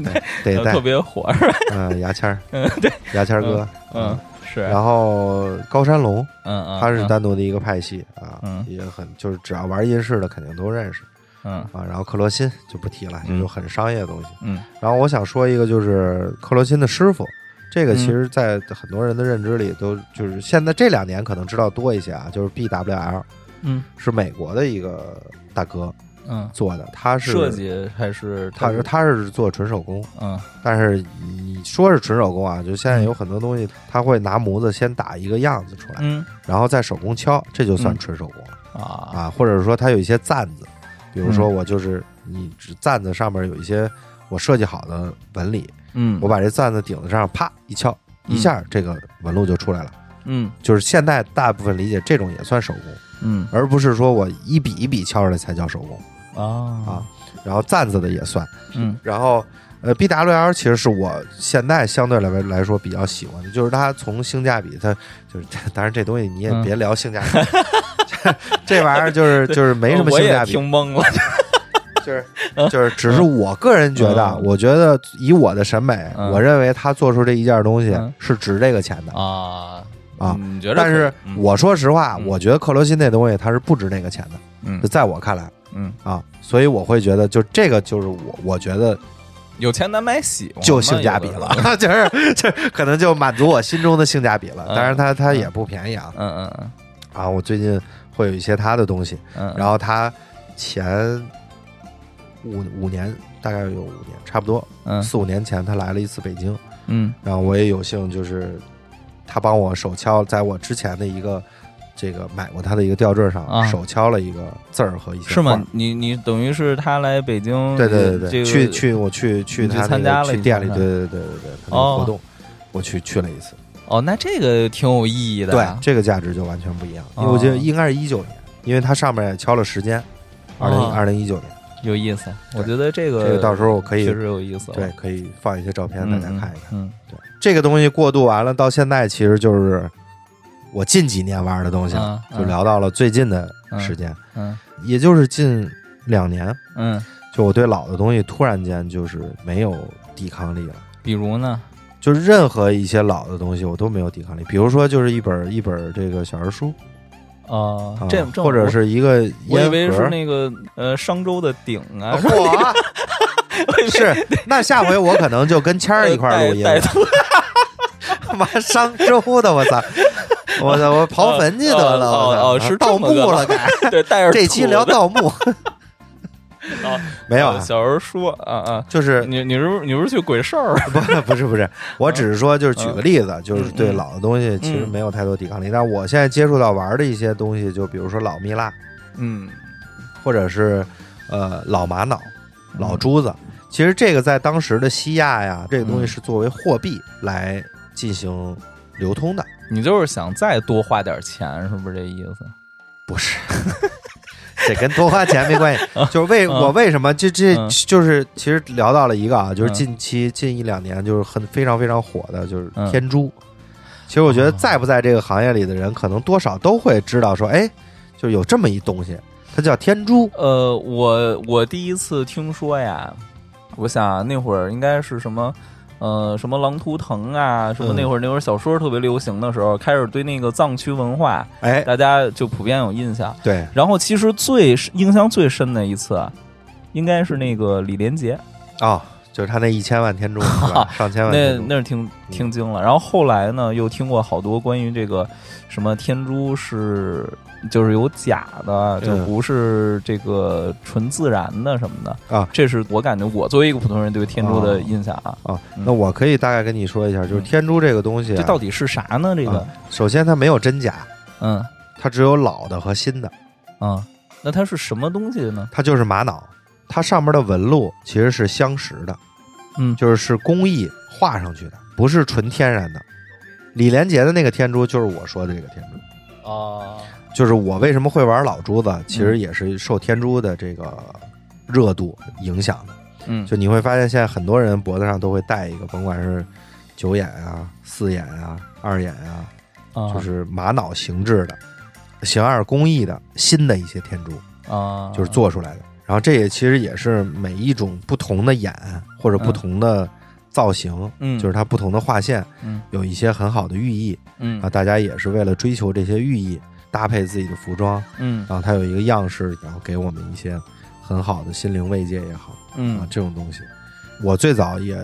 *laughs* 带对得特带，别火是吧？嗯，牙签儿，嗯，对，牙签儿哥，嗯，是，然后高山龙，嗯嗯，他是嗯单独的一个派系啊嗯，也很就是只要玩银饰的肯定都认识嗯啊。然后克罗心就不提了，这嗯就很商业的东西。嗯然后我想说一个，就是克罗心的师傅，这个嗯其实，在很多人的认知里都就是现在这两年可能知道多一些啊，就是 BWL 嗯是美国的一个大哥嗯，做的，他是设，计还是他是他是做纯手工，嗯但是你说是纯手工啊，就现在有很多东西，他会拿模子先打一个样子出来，嗯然后再手工敲，这就算嗯纯手工了啊啊，或者说他有一些赞子，比如说我就是你只赞子上面有一些我设计好的纹理。嗯，我把这簪子顶子上啪一敲，嗯一下这个纹路就出来了。嗯就是现在大部分理解这种也算手工，嗯而不是说我一笔一笔敲出来才叫手工。啊啊然后簪子的也算，嗯然后呃 BWL 其实是我现在相对来来说比较喜欢的，就是它从性价比，它就是当然这东西你也嗯别 *laughs* 聊性价比，这玩意儿就是就是没什么哦我性也价比，啊听懵了，就是就是只是我个人觉得，嗯我觉得以我的审美，嗯我认为他做出这一件东西嗯是值这个钱的。啊啊你觉得可？但是嗯我说实话，嗯我觉得克罗心那东西它是不值那个钱的，嗯就在我看来嗯，啊，所以我会觉得就这个就是我我觉得有钱难买喜欢嘛，就性价比有的了时候，， *laughs* 就是这可能就满足我心中的性价比了。嗯当然它它也不便宜啊嗯嗯啊！我最近会有一些它的东西，嗯，然后它前五五年大概有五年，差不多嗯四五年前他来了一次北京，嗯然后我也有幸就是他帮我手敲，在我之前的一个这个买过他的一个吊坠上、啊手敲了一个字儿和一些是吗画儿？？你你等于是他来北京，对对对对，这个去去我去去你去他那参加个了一去次店里，是吧对对对对对，他那个哦活动。我去去了一次，哦，那这个挺有意义的，对这个价值就完全不一样，因为我记得啊哦应该是一九年，因为它上面也敲了时间，二零哦二零一九年，有意思，对我觉得这个这个到时候我可以确实有意思，哦对，可以放一些照片嗯，大家看一看。嗯，这个东西过渡完了，到现在其实就是我近几年玩的东西了，嗯嗯就聊到了最近的时间，嗯嗯也就是近两年，嗯，就我对老的东西突然间就是没有抵抗力了。比如呢，就是任何一些老的东西，我都没有抵抗力。比如说，就是一本一本这个小人书呃啊，，这这或者我是一个我以为烟盒哦是。那个呃商周的鼎啊，我是那下回我可能就跟谦儿一块儿录音带了带，妈商周的，我 *laughs* 操！我操！我刨坟去得了，哦我操！啊哦是盗这墓么个了，该。对，带着 *laughs* 这期土聊的 *laughs* 盗墓 *laughs* 哦，没有啊，小人说啊啊， *laughs* 就是你你是不是你不是去鬼事儿？不不是不是，我只是说就是举个例子，就是对嗯老的东西其实嗯没有太多抵抗力，但我现在接触到玩的一些东西，就比如说老蜜蜡，嗯或者是呃老玛瑙、嗯老珠子，其实这个在当时的西亚呀，这个东西嗯是作为货币来进行流通的，你就是想再多花点钱，是不是这意思？不是。 *laughs* 这跟多花钱没 *laughs* 关系，就是为嗯我为什么这这嗯就是其实聊到了一个啊，就是嗯近期近一两年就是很非常非常火的，就是嗯天珠。其实我觉得哦在不在这个行业里的人，可能多少都会知道说，哎，就有这么一东西，它叫天珠。呃，我我第一次听说呀，我想那会儿应该是什么。呃，什么狼图腾啊，什么嗯那会儿那会儿小说特别流行的时候，开始对那个藏区文化，哎，大家就普遍有印象。对，然后其实最印象最深的一次啊，应该是那个李连杰，哦，就是他那一千万天珠，*laughs* 是吧上千万那天珠，那是听听惊了。然后后来呢，又听过好多关于这个什么天珠是就是有假的，就嗯不是这个纯自然的什么的啊。这是我感觉我作为一个普通人对天珠哦的印象啊。啊，那我可以大概跟你说一下，就是天珠这个东西、啊，嗯这到底是啥呢？这个啊，首先它没有真假，嗯它只有老的和新的，啊，那它是什么东西呢？它就是玛瑙，它上面的纹路其实是相识的，嗯就是是工艺画上去的，不是纯天然的。李连杰的那个天珠就是我说的这个天珠，啊，就是我为什么会玩老珠子，其嗯实也是受天珠的这个热度影响的。嗯就你会发现，现在很多人脖子上都会戴一个，甭管是九眼啊、四眼啊、二眼啊，啊就是玛瑙形制的、形二工艺的新的一些天珠，啊，就是做出来的。然后这也其实也是每一种不同的眼或者不同的造型，嗯就是它不同的画线，嗯有一些很好的寓意嗯啊。大家也是为了追求这些寓意，搭配自己的服装，嗯然后它有一个样式，然后给我们一些很好的心灵慰藉也好。啊嗯，这种东西。我最早也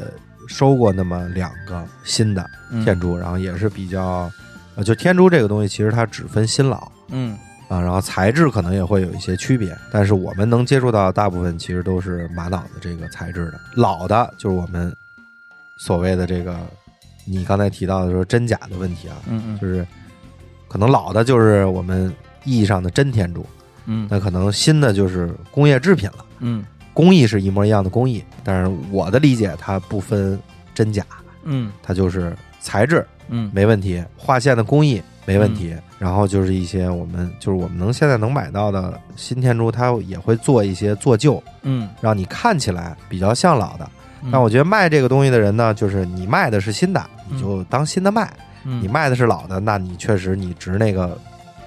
收过那么两个新的嗯天珠，然后也是比较，呃，就天珠这个东西，其实它只分新老嗯啊，然后材质可能也会有一些区别，但是我们能接触到的大部分其实都是玛瑙的这个材质的，老的就是我们所谓的这个你刚才提到的说真假的问题啊，嗯就是可能老的就是我们意义上的真天珠，嗯那可能新的就是工业制品了。嗯工艺是一模一样的工艺，但是我的理解它不分真假，嗯它就是材质嗯没问题，画线的工艺没问题，然后就是一些我们就是我们能现在能买到的新天珠，它也会做一些做旧，嗯，让你看起来比较像老的。嗯但我觉得卖这个东西的人呢，就是你卖的是新的，你就当新的卖；嗯你卖的是老的，那你确实你值那个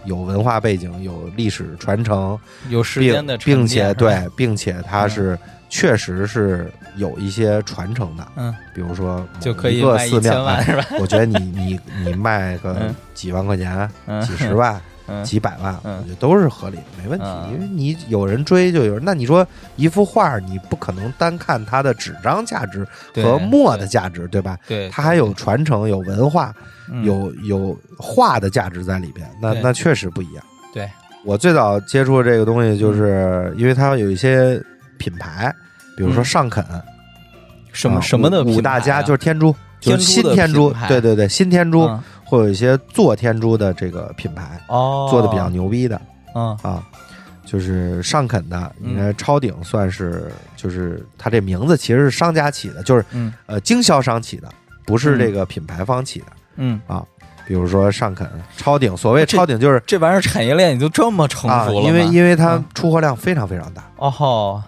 有文化背景、有历史传承，有时并间的沉淀并且是吧对，并且它嗯是、确实是有一些传承的，嗯，比如说某就可以一个卖寺一庙千万哎是吧？我觉得 *laughs* 你你你卖个嗯几万块钱、嗯几十万、嗯几百万，嗯我觉得都是合理的，没问题。嗯因为你有人追就有人，那你说一幅画，你不可能单看它的纸张价值对和墨的价值，对吧？对，它还有传承、有文化、嗯有有画的价值在里边，那对那确实不一样。对，我最早接触这个东西，就是因为它有一些品牌，比如说嗯上肯什啊么什么的五五大家，就是是嗯天珠，就天珠的是新天珠品，牌嗯对对对，新天珠会有一些做天珠的这个品牌，哦，做的比较牛逼的嗯啊。就是上肯的，嗯应该超鼎算是，就是它这名字其实是商家起的，就是嗯呃经销商起的，不是嗯这个品牌方起的。嗯，比如说上肯、超鼎，所谓这超鼎就是这玩意儿产业链已经这么成啊，熟了吗，因为因为它嗯出货量非常非常大，哦吼，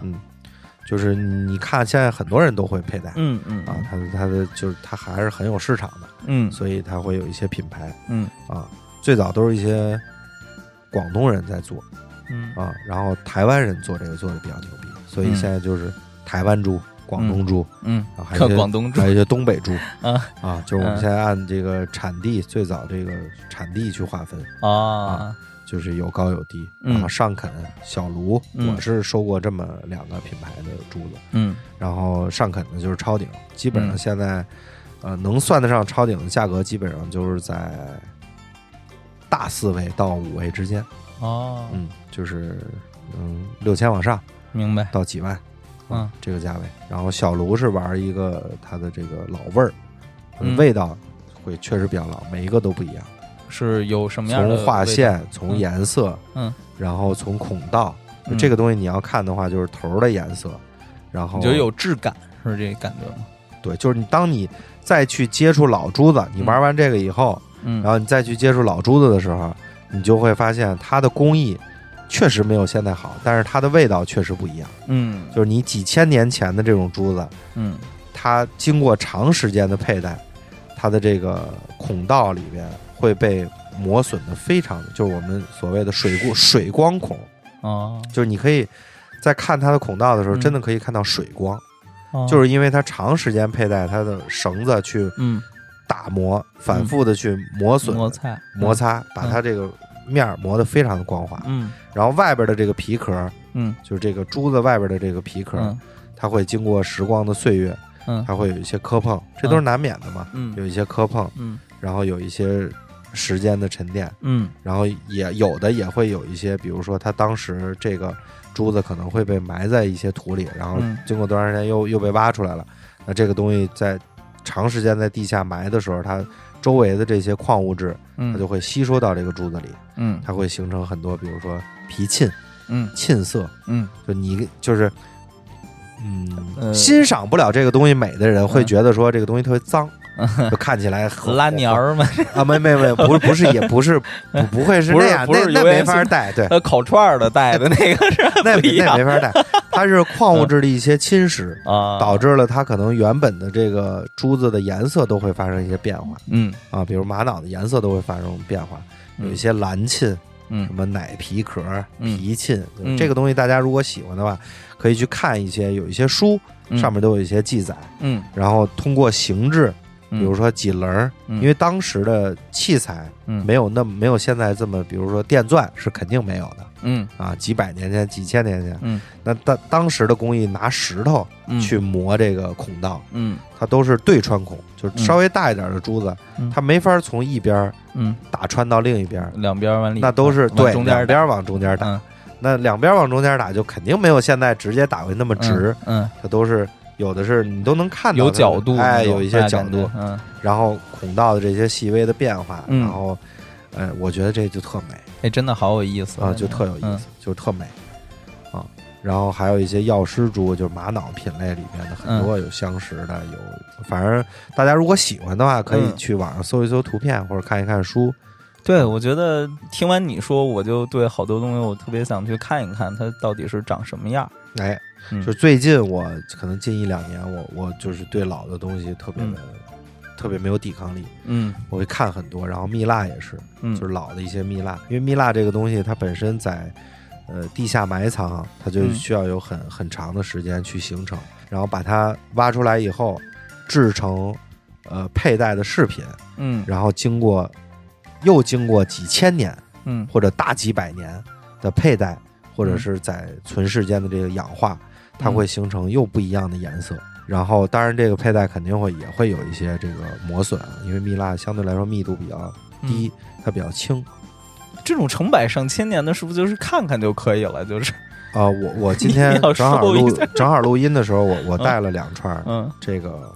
就是你看现在很多人都会佩戴嗯嗯啊，它的它的就是它还是很有市场的，嗯所以它会有一些品牌嗯啊，最早都是一些广东人在做，嗯啊。然后台湾人做这个做的比较牛逼，所以嗯现在就是台湾猪、广东猪，嗯，啊，还有一些广东猪还有一些东北猪啊啊，就是我们嗯现在按这个产地最早这个产地去划分，啊，就是有高有低。嗯然后上肯、小卢，嗯我是收过这么两个品牌的珠子。嗯然后上肯呢就是超顶，基本上嗯现在，呃，能算得上超顶的价格，基本上就是在大四位到五位之间。哦，嗯，就是嗯六千往上明白，到几万，嗯，这个价位。然后小卢是玩一个它的这个老味儿，嗯味道会确实比较老，每一个都不一样。是有什么样的从画味道？线，从嗯颜色，嗯，然后从孔道，就嗯这个东西你要看的话，就是头儿的颜色，然后你觉得有质感是这感觉吗？对，就是你当你再去接触老珠子，你玩完这个以后，嗯，然后你再去接触老珠子的时候，你就会发现它的工艺确实没有现在好，但是它的味道确实不一样。嗯就是你几千年前的这种珠子，嗯它经过长时间的佩戴，它的这个孔道里边会被磨损的非常，就是我们所谓的水光水光孔，哦，就是你可以在看它的孔道的时候，嗯真的可以看到水光，哦就是因为它长时间佩戴它的绳子去嗯打磨，反复的去磨损、摩嗯擦摩，擦，把它这个面儿磨得非常的光滑。嗯然后外边的这个皮壳，嗯就是这个珠子外边的这个皮壳，嗯它会经过时光的岁月，嗯它会有一些磕碰，这都是难免的嘛，有嗯一些磕碰，嗯然后有一些时间的沉淀，嗯然后也有的也会有一些，比如说它当时这个珠子可能会被埋在一些土里，然后嗯经过多长时间又又被挖出来了。那这个东西在长时间在地下埋的时候，它周围的这些矿物质，它嗯，就会吸收到这个珠子里，嗯它会形成很多，比如说皮沁、嗯沁色，嗯就你就是。呃嗯，欣赏不了这个东西美的人嗯会觉得说这个东西特别 *laughs* 脏， *laughs* 就看起来很拉年儿嘛， *laughs* 啊，没没没，不是不是，也不是不不会是不那是样，不是那那油盐没法酸戴， *laughs* 对，呃，烤串儿的带的那个是 *laughs* 那不一那样没法戴，它是矿物质的一些侵蚀， *laughs* 啊，导致了它可能原本的这个珠子的颜色都会发生一些变化嗯啊，比如玛瑙的颜色都会发生变化，有一嗯些蓝沁，嗯什么奶皮壳、嗯皮沁，嗯这个东西大家如果喜欢的话，可以去看一些有一些书嗯上面都有一些记载，嗯，然后通过形制，比嗯如说几棱儿，嗯因为当时的器材嗯没有那么没有现在这么，比如说电钻是肯定没有的嗯啊，几百年前、几千年前，嗯那当当时的工艺拿石头嗯去磨这个孔道，嗯它都是对穿孔，就是嗯稍微大一点的珠子，嗯它没法从一边儿嗯，打穿到另一边儿，两边儿往里那都是往对中间两儿边儿往中间儿打，嗯那两边儿往中间儿打就肯定没有现在直接打回那么嗯直，嗯它都是有的是你都能看到有它的角度那种，哎，有一些哎角感度觉，嗯然后孔道的这些细微的变化，嗯然后，呃，我觉得这就特美哎，真的好有意思啊，就特有意思，嗯就特美啊。然后还有一些药师珠，就是玛瑙品类里面的很嗯多有相识的，有反正大家如果喜欢的话，可以嗯去网上搜一搜图片或者看一看书。对，我觉得听完你说，我就对好多东西我特别想去看一看，它到底是长什么样儿。哎，嗯就最近我可能近一两年，我我就是对老的东西特别的、特别没有抵抗力，嗯我会看很多，然后蜜蜡也是，嗯，就是老的一些蜜蜡，因为蜜蜡这个东西它本身在呃地下埋藏，它就嗯需要有很很长的时间去形成，然后把它挖出来以后制成呃佩戴的饰品，嗯然后经过又经过几千年嗯或者大几百年的佩戴，或者嗯是在存世间的这个氧化，它会形成又不一样的颜色。然后，当然，这个佩戴肯定会也会有一些这个磨损啊，因为蜜蜡相对来说密度比较嗯低，它比较轻，这种成百上千年的，是不是就是看看就可以了？就是啊，我 *laughs* 我今天你要正好收录一下正好录音的时候，我我带了两串儿嗯这个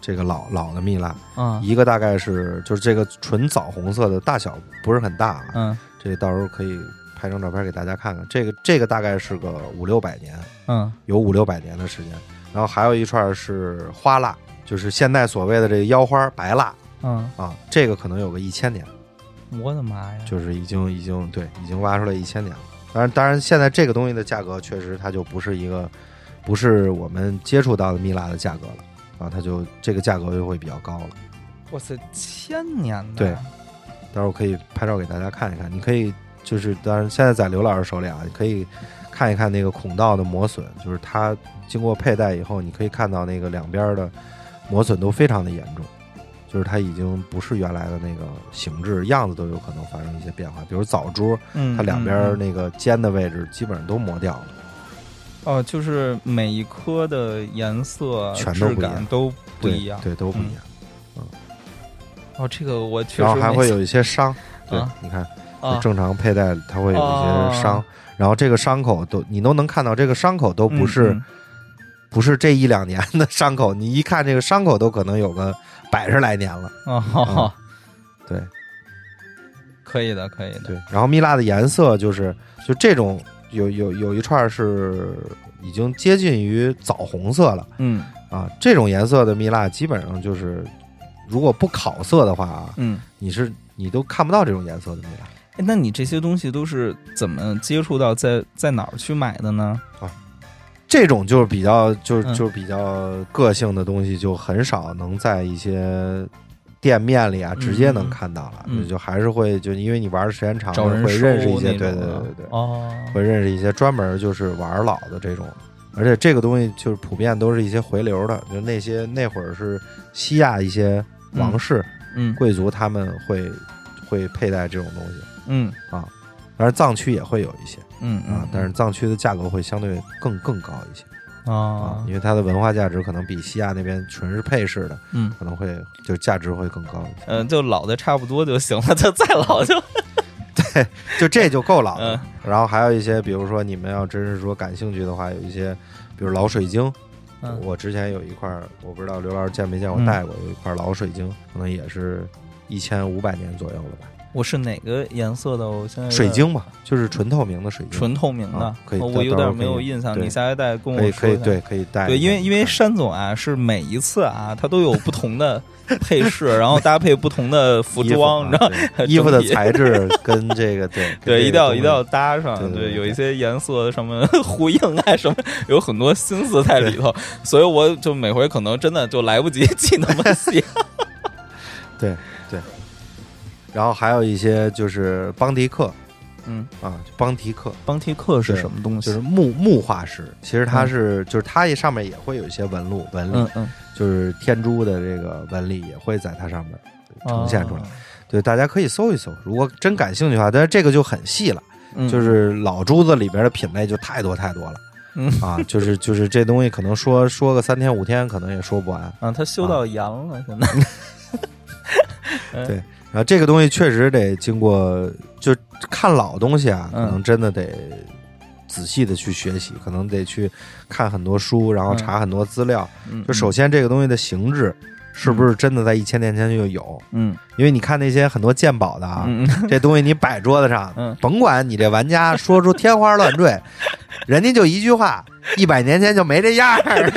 这个老老的蜜蜡，啊一个大概是就是这个纯枣红色的，大小不是很大啊，嗯这个到时候可以拍张照片给大家看看。这个这个大概是个五六百年，嗯有五六百年的时间。然后还有一串儿是花蜡，就是现代所谓的这个腰花白蜡嗯，啊，这个可能有个一千年。我的妈呀！就是已经已经对已经挖出来一千年了。当然，当然，现在这个东西的价格确实它就不是一个，不是我们接触到的蜜蜡的价格了啊，它就这个价格就会比较高了。哇塞，千年的对到时候可以拍照给大家看一看，你可以就是当然现在在刘老师手里啊，你可以看一看那个孔道的磨损，就是它经过佩戴以后，你可以看到那个两边的磨损都非常的严重，就是它已经不是原来的那个形制样子都有可能发生一些变化，比如早珠，嗯，它两边嗯那个尖的位置基本上都磨掉了。哦，就是每一颗的颜色、全都质不一样感都不对一样。对，都不一样。哦，这个我确实然后还没会有一些伤，对啊，你看，啊，正常佩戴它会有一些伤哦，然后这个伤口都你都能看到，这个伤口都嗯不是嗯不是这一两年的伤口，你一看这个伤口都可能有个百十来年了。哦，嗯对 *laughs* 可以的，可以的。对，然后蜜蜡的颜色就是就这种有有有一串是已经接近于枣红色了嗯啊，这种颜色的蜜蜡基本上就是如果不烤色的话啊，嗯，你是你都看不到这种颜色的蜜蜡。哎那你这些东西都是怎么接触到在在哪儿去买的呢？这种就是比较就嗯是就是比较个性的东西，就很少能在一些店面里啊嗯直接能看到了，嗯就就还是会就因为你玩的时间长找了，人啊会认识一收些，那种对对对的对对，哦，会认识一些专门就是玩老的这种。而且这个东西就是普遍都是一些回流的，就那些那会儿是西亚一些王室、嗯贵族他们会会佩戴这种东西，嗯当然藏区也会有一些嗯啊，但是藏区的价格会相对更更高一些。啊啊，，因为它的文化价值可能比西亚那边纯是配饰的，嗯可能会就价值会更高 *laughs* 一些。呃，就老的差不多就行了， *laughs* 就再老就就这就够老了嗯。然后还有一些，比如说你们要真是说感兴趣的话，有一些，比如老水晶，嗯我之前有一块儿，我不知道刘老师见没见过嗯戴过，有一块老水晶，可能也是一千五百年左右了吧，我是哪个颜色的？我现在有水点晶嘛，就是纯透明的水晶，纯透明的啊，可以哦到我有到时点候没可以有印象。对你下一代跟我可以可说一以下。对哎可以戴一下。对，因为因为看山总啊，是每一次啊，他都有不同的配 *laughs* 饰，然后搭配不同的服衣服装，啊你知道，对衣服的材质跟这个对 *laughs* 跟对，一定这个要东一西定要搭上，对对对对有一些颜色什么呼应啊，什么有很多心思在里 *laughs* 头，所以我就每回可能真的就来不及记那么细。对对，然后还有一些就是邦迪克嗯，啊，邦迪克 *laughs* 邦提克是什么东就是木木化石，其实它是、就是它上面也会有一些纹路纹理，嗯嗯，就是天珠的这个纹理也会在它上面嗯呈现出来。哦对，大家可以搜一搜，如果真感兴趣的话，但是这个就很细了，嗯就是老珠子里边的品类就太多太多了。嗯啊，就是就是这东西可能说说个三天五天，可能也说不完。啊，他修到阳了，现在然后这个东西确实得经过，就看老东西啊，可嗯能真的得仔细的去学习，可能得去看很多书，然后嗯查很多资料。嗯就首先这个东西的形制是不是真的在一千年前就有？嗯因为你看那些很多鉴宝的啊，嗯 *laughs* 嗯这东西你摆桌子上，嗯甭管你这玩家说出天花 *laughs* 乱坠，人家就一句话：一百年前就没这样 *laughs* 儿。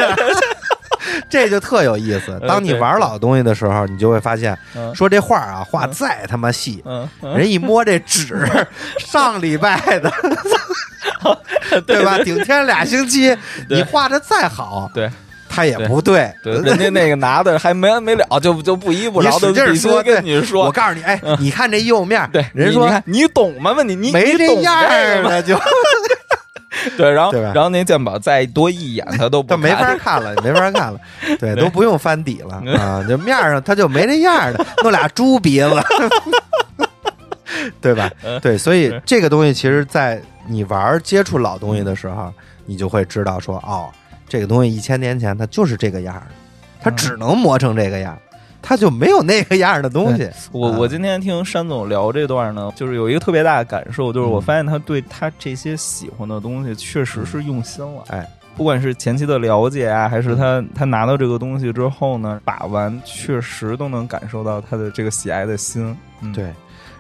这就特有意思。嗯当你对玩老东西的时候，你就会发现，嗯说这画啊，画再他妈细， *laughs* 嗯嗯，人一摸这纸，上礼拜 *laughs* 的，对吧？顶天俩星期，对你画的再好，对它也不对。对，人家那个拿的还没完没了，就就不依不饶你的使劲儿必须说跟对你我说，嗯告诉你，哎，你看这右面，对，人你说你看你懂吗？问你你没你这懂样这儿个吗？的，就对，然后对吧然后那鉴宝再多一眼他都不都没法看看了，没 *laughs* 法看了，对，都不用翻底了啊，就面上它就没这样 *laughs* 的，弄俩猪鼻子， *laughs* 对 *laughs* 吧？嗯对，所以这个东西其实，在你玩儿接触老东西的时候，你就会知道说，哦，这个东西一千年前它就是这个样儿的，嗯它只能磨成这个样儿，它就没有那个样儿的东西。我啊我今天听山总聊这段呢，就是有一个特别大的感受，就是我嗯发现他对他这些喜欢的东西确实是用心了。哎，不管是前期的了解啊，还是他他拿到这个东西之后呢，把玩确实都能感受到他的这个喜爱的心。嗯，对。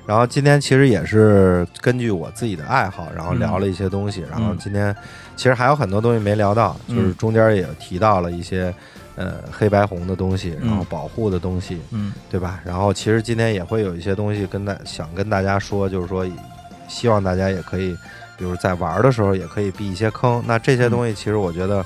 然后今天其实也是根据我自己的爱好，然后聊嗯了一些东西。然后今天其实还有很多东西没聊到，嗯就是中间也提到了一些呃黑白红的东西，嗯然后保护的东西，嗯对吧？然后其实今天也会有一些东西跟大想跟大家说，就是说希望大家也可以，比如在玩的时候也可以避一些坑。那这些东嗯西其实我觉得，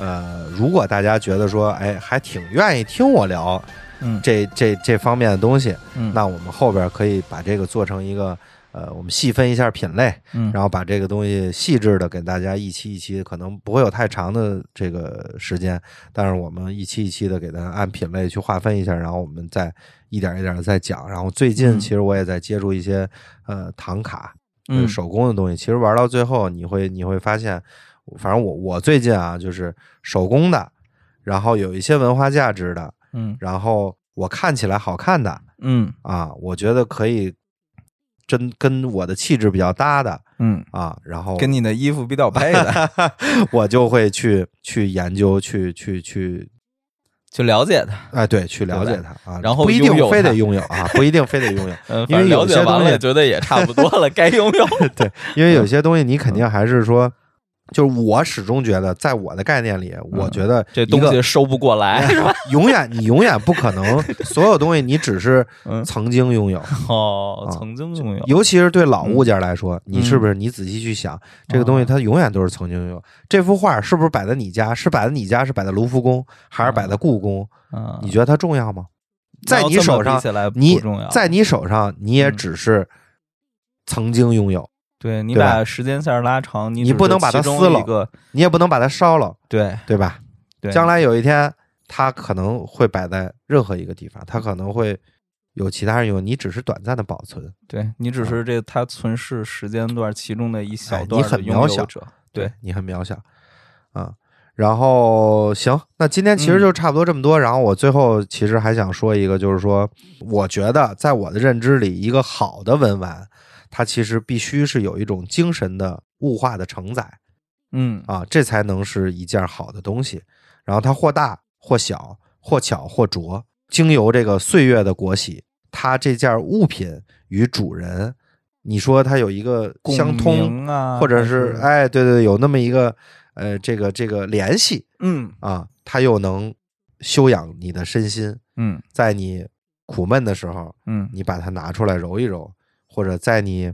呃，如果大家觉得说，哎，还挺愿意听我聊嗯这这这方面的东西，嗯，那我们后边可以把这个做成一个呃，我们细分一下品类，嗯然后把这个东西细致的给大家一期一期，可能不会有太长的这个时间，但是我们一期一期的给大家按品类去划分一下，然后我们再一点一点的再讲。然后最近嗯其实我也在接触一些呃唐卡，嗯手工的东西。其实玩到最后，你会你会发现，反正我我最近啊，就是手工的，然后有一些文化价值的，嗯然后我看起来好看的嗯啊，我觉得可以真跟我的气质比较搭的嗯，啊，然后跟你的衣服比较配 *laughs* 的， *laughs* 我就会去去研究，去去去，去了解它。哎，对，去了解对它啊，然后不一定拥有非得它拥有啊，不一定非得 *laughs* 拥有，嗯，因为反正有了解些完东西了，觉得也差不多 *laughs* 了，该拥有。对，嗯因为有些东西你肯定还是说，就是我始终觉得，在我的概念里，我觉得嗯这一东个西收不过 *laughs* 来，永远你永远不可能 *laughs* 所有东西你只是嗯曾经拥有， *laughs* 哦啊，曾经拥有，尤其是对老物件来嗯说，你是不是你仔细去想，这个东西它永远都是曾经拥有。这幅画是不是摆在你家？是摆在你家，是摆在卢浮宫，还是摆在故宫？嗯你觉得它重要吗？在然后你这么手比上，起来不你重要，嗯在你手上，你也只是曾经拥有，对你对吧把时间线拉长，你你只不是能把其它中撕一了个你也不能把它烧了，对对吧？对，将来有一天，它可能会摆在任何一个地方，它可能会有其他人用，你只是短暂的保存。对你只是这它存世时间段其中的一嗯哎小你段很的拥渺有小者，对你很渺小啊。然后行，那今天其实嗯就差不多这么多。然后我最后其实还想说一个，就是说，我觉得在我的认知里，一个好的文玩，它其实必须是有一种精神的物化的承载嗯啊，这才能是一件好的东西。然后它或大或小，或巧或拙，经由这个岁月的裹洗，它这件物品与主人，你说它有一个共相通，鸣啊，或者还是是哎，对对，有那么一个呃，这个这个联系嗯啊，它又能修养你的身心，嗯在你苦闷的时候，嗯你把它拿出来揉一揉，或者在你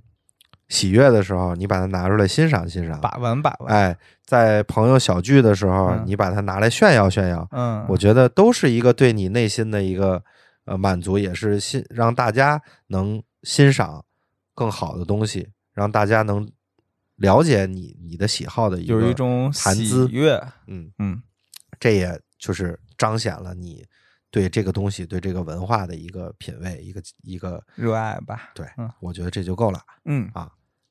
喜悦的时候，你把它拿出来欣赏欣赏。把玩把玩，哎，在朋友小聚的时候，嗯你把它拿来炫耀炫耀，嗯，我觉得都是一个对你内心的一个呃满足，也是欣让大家能欣赏更好的东西，让大家能了解你你的喜好的一有个一种谈资喜悦，嗯，嗯这也就是彰显了你对这个东西、对这个文化的一个品味，一个一个热爱吧，对，嗯我觉得这就够了。嗯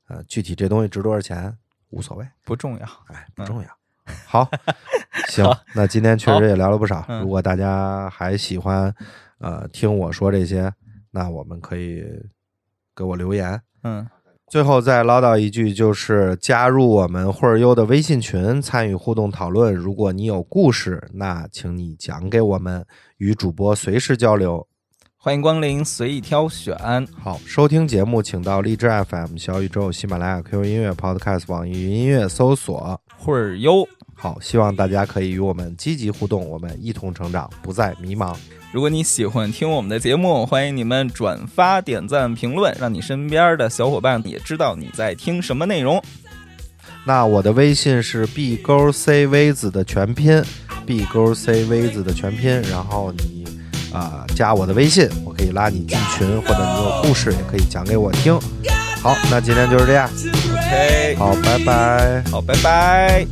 呃，具体这东西值多少钱无所谓，不重要，哎，不重要。好，行，那今天确实也聊了不少。如果大家还喜欢，呃，听我说这些，那我们可以给我留言。嗯最后再唠叨一句，就是加入我们会儿优的微信群，参与互动讨论。如果你有故事，那请你讲给我们，与主播随时交流。欢迎光临，随意挑选，好，收听节目请到荔枝 FM、小宇宙、喜马拉雅、QQ 音乐、Podcast、网易云音乐搜索。会儿优。好，希望大家可以与我们积极互动，我们一同成长，不再迷茫。如果你喜欢听我们的节目，欢迎你们转发、点赞、评论，让你身边的小伙伴也知道你在听什么内容。那我的微信是 b 勾 c v 子的全拼，b 勾 c v 子的全拼，然后你啊、加我的微信，我可以拉你进群，或者你有故事也可以讲给我听。好，那今天就是这样， OK，好，拜拜。好，拜拜。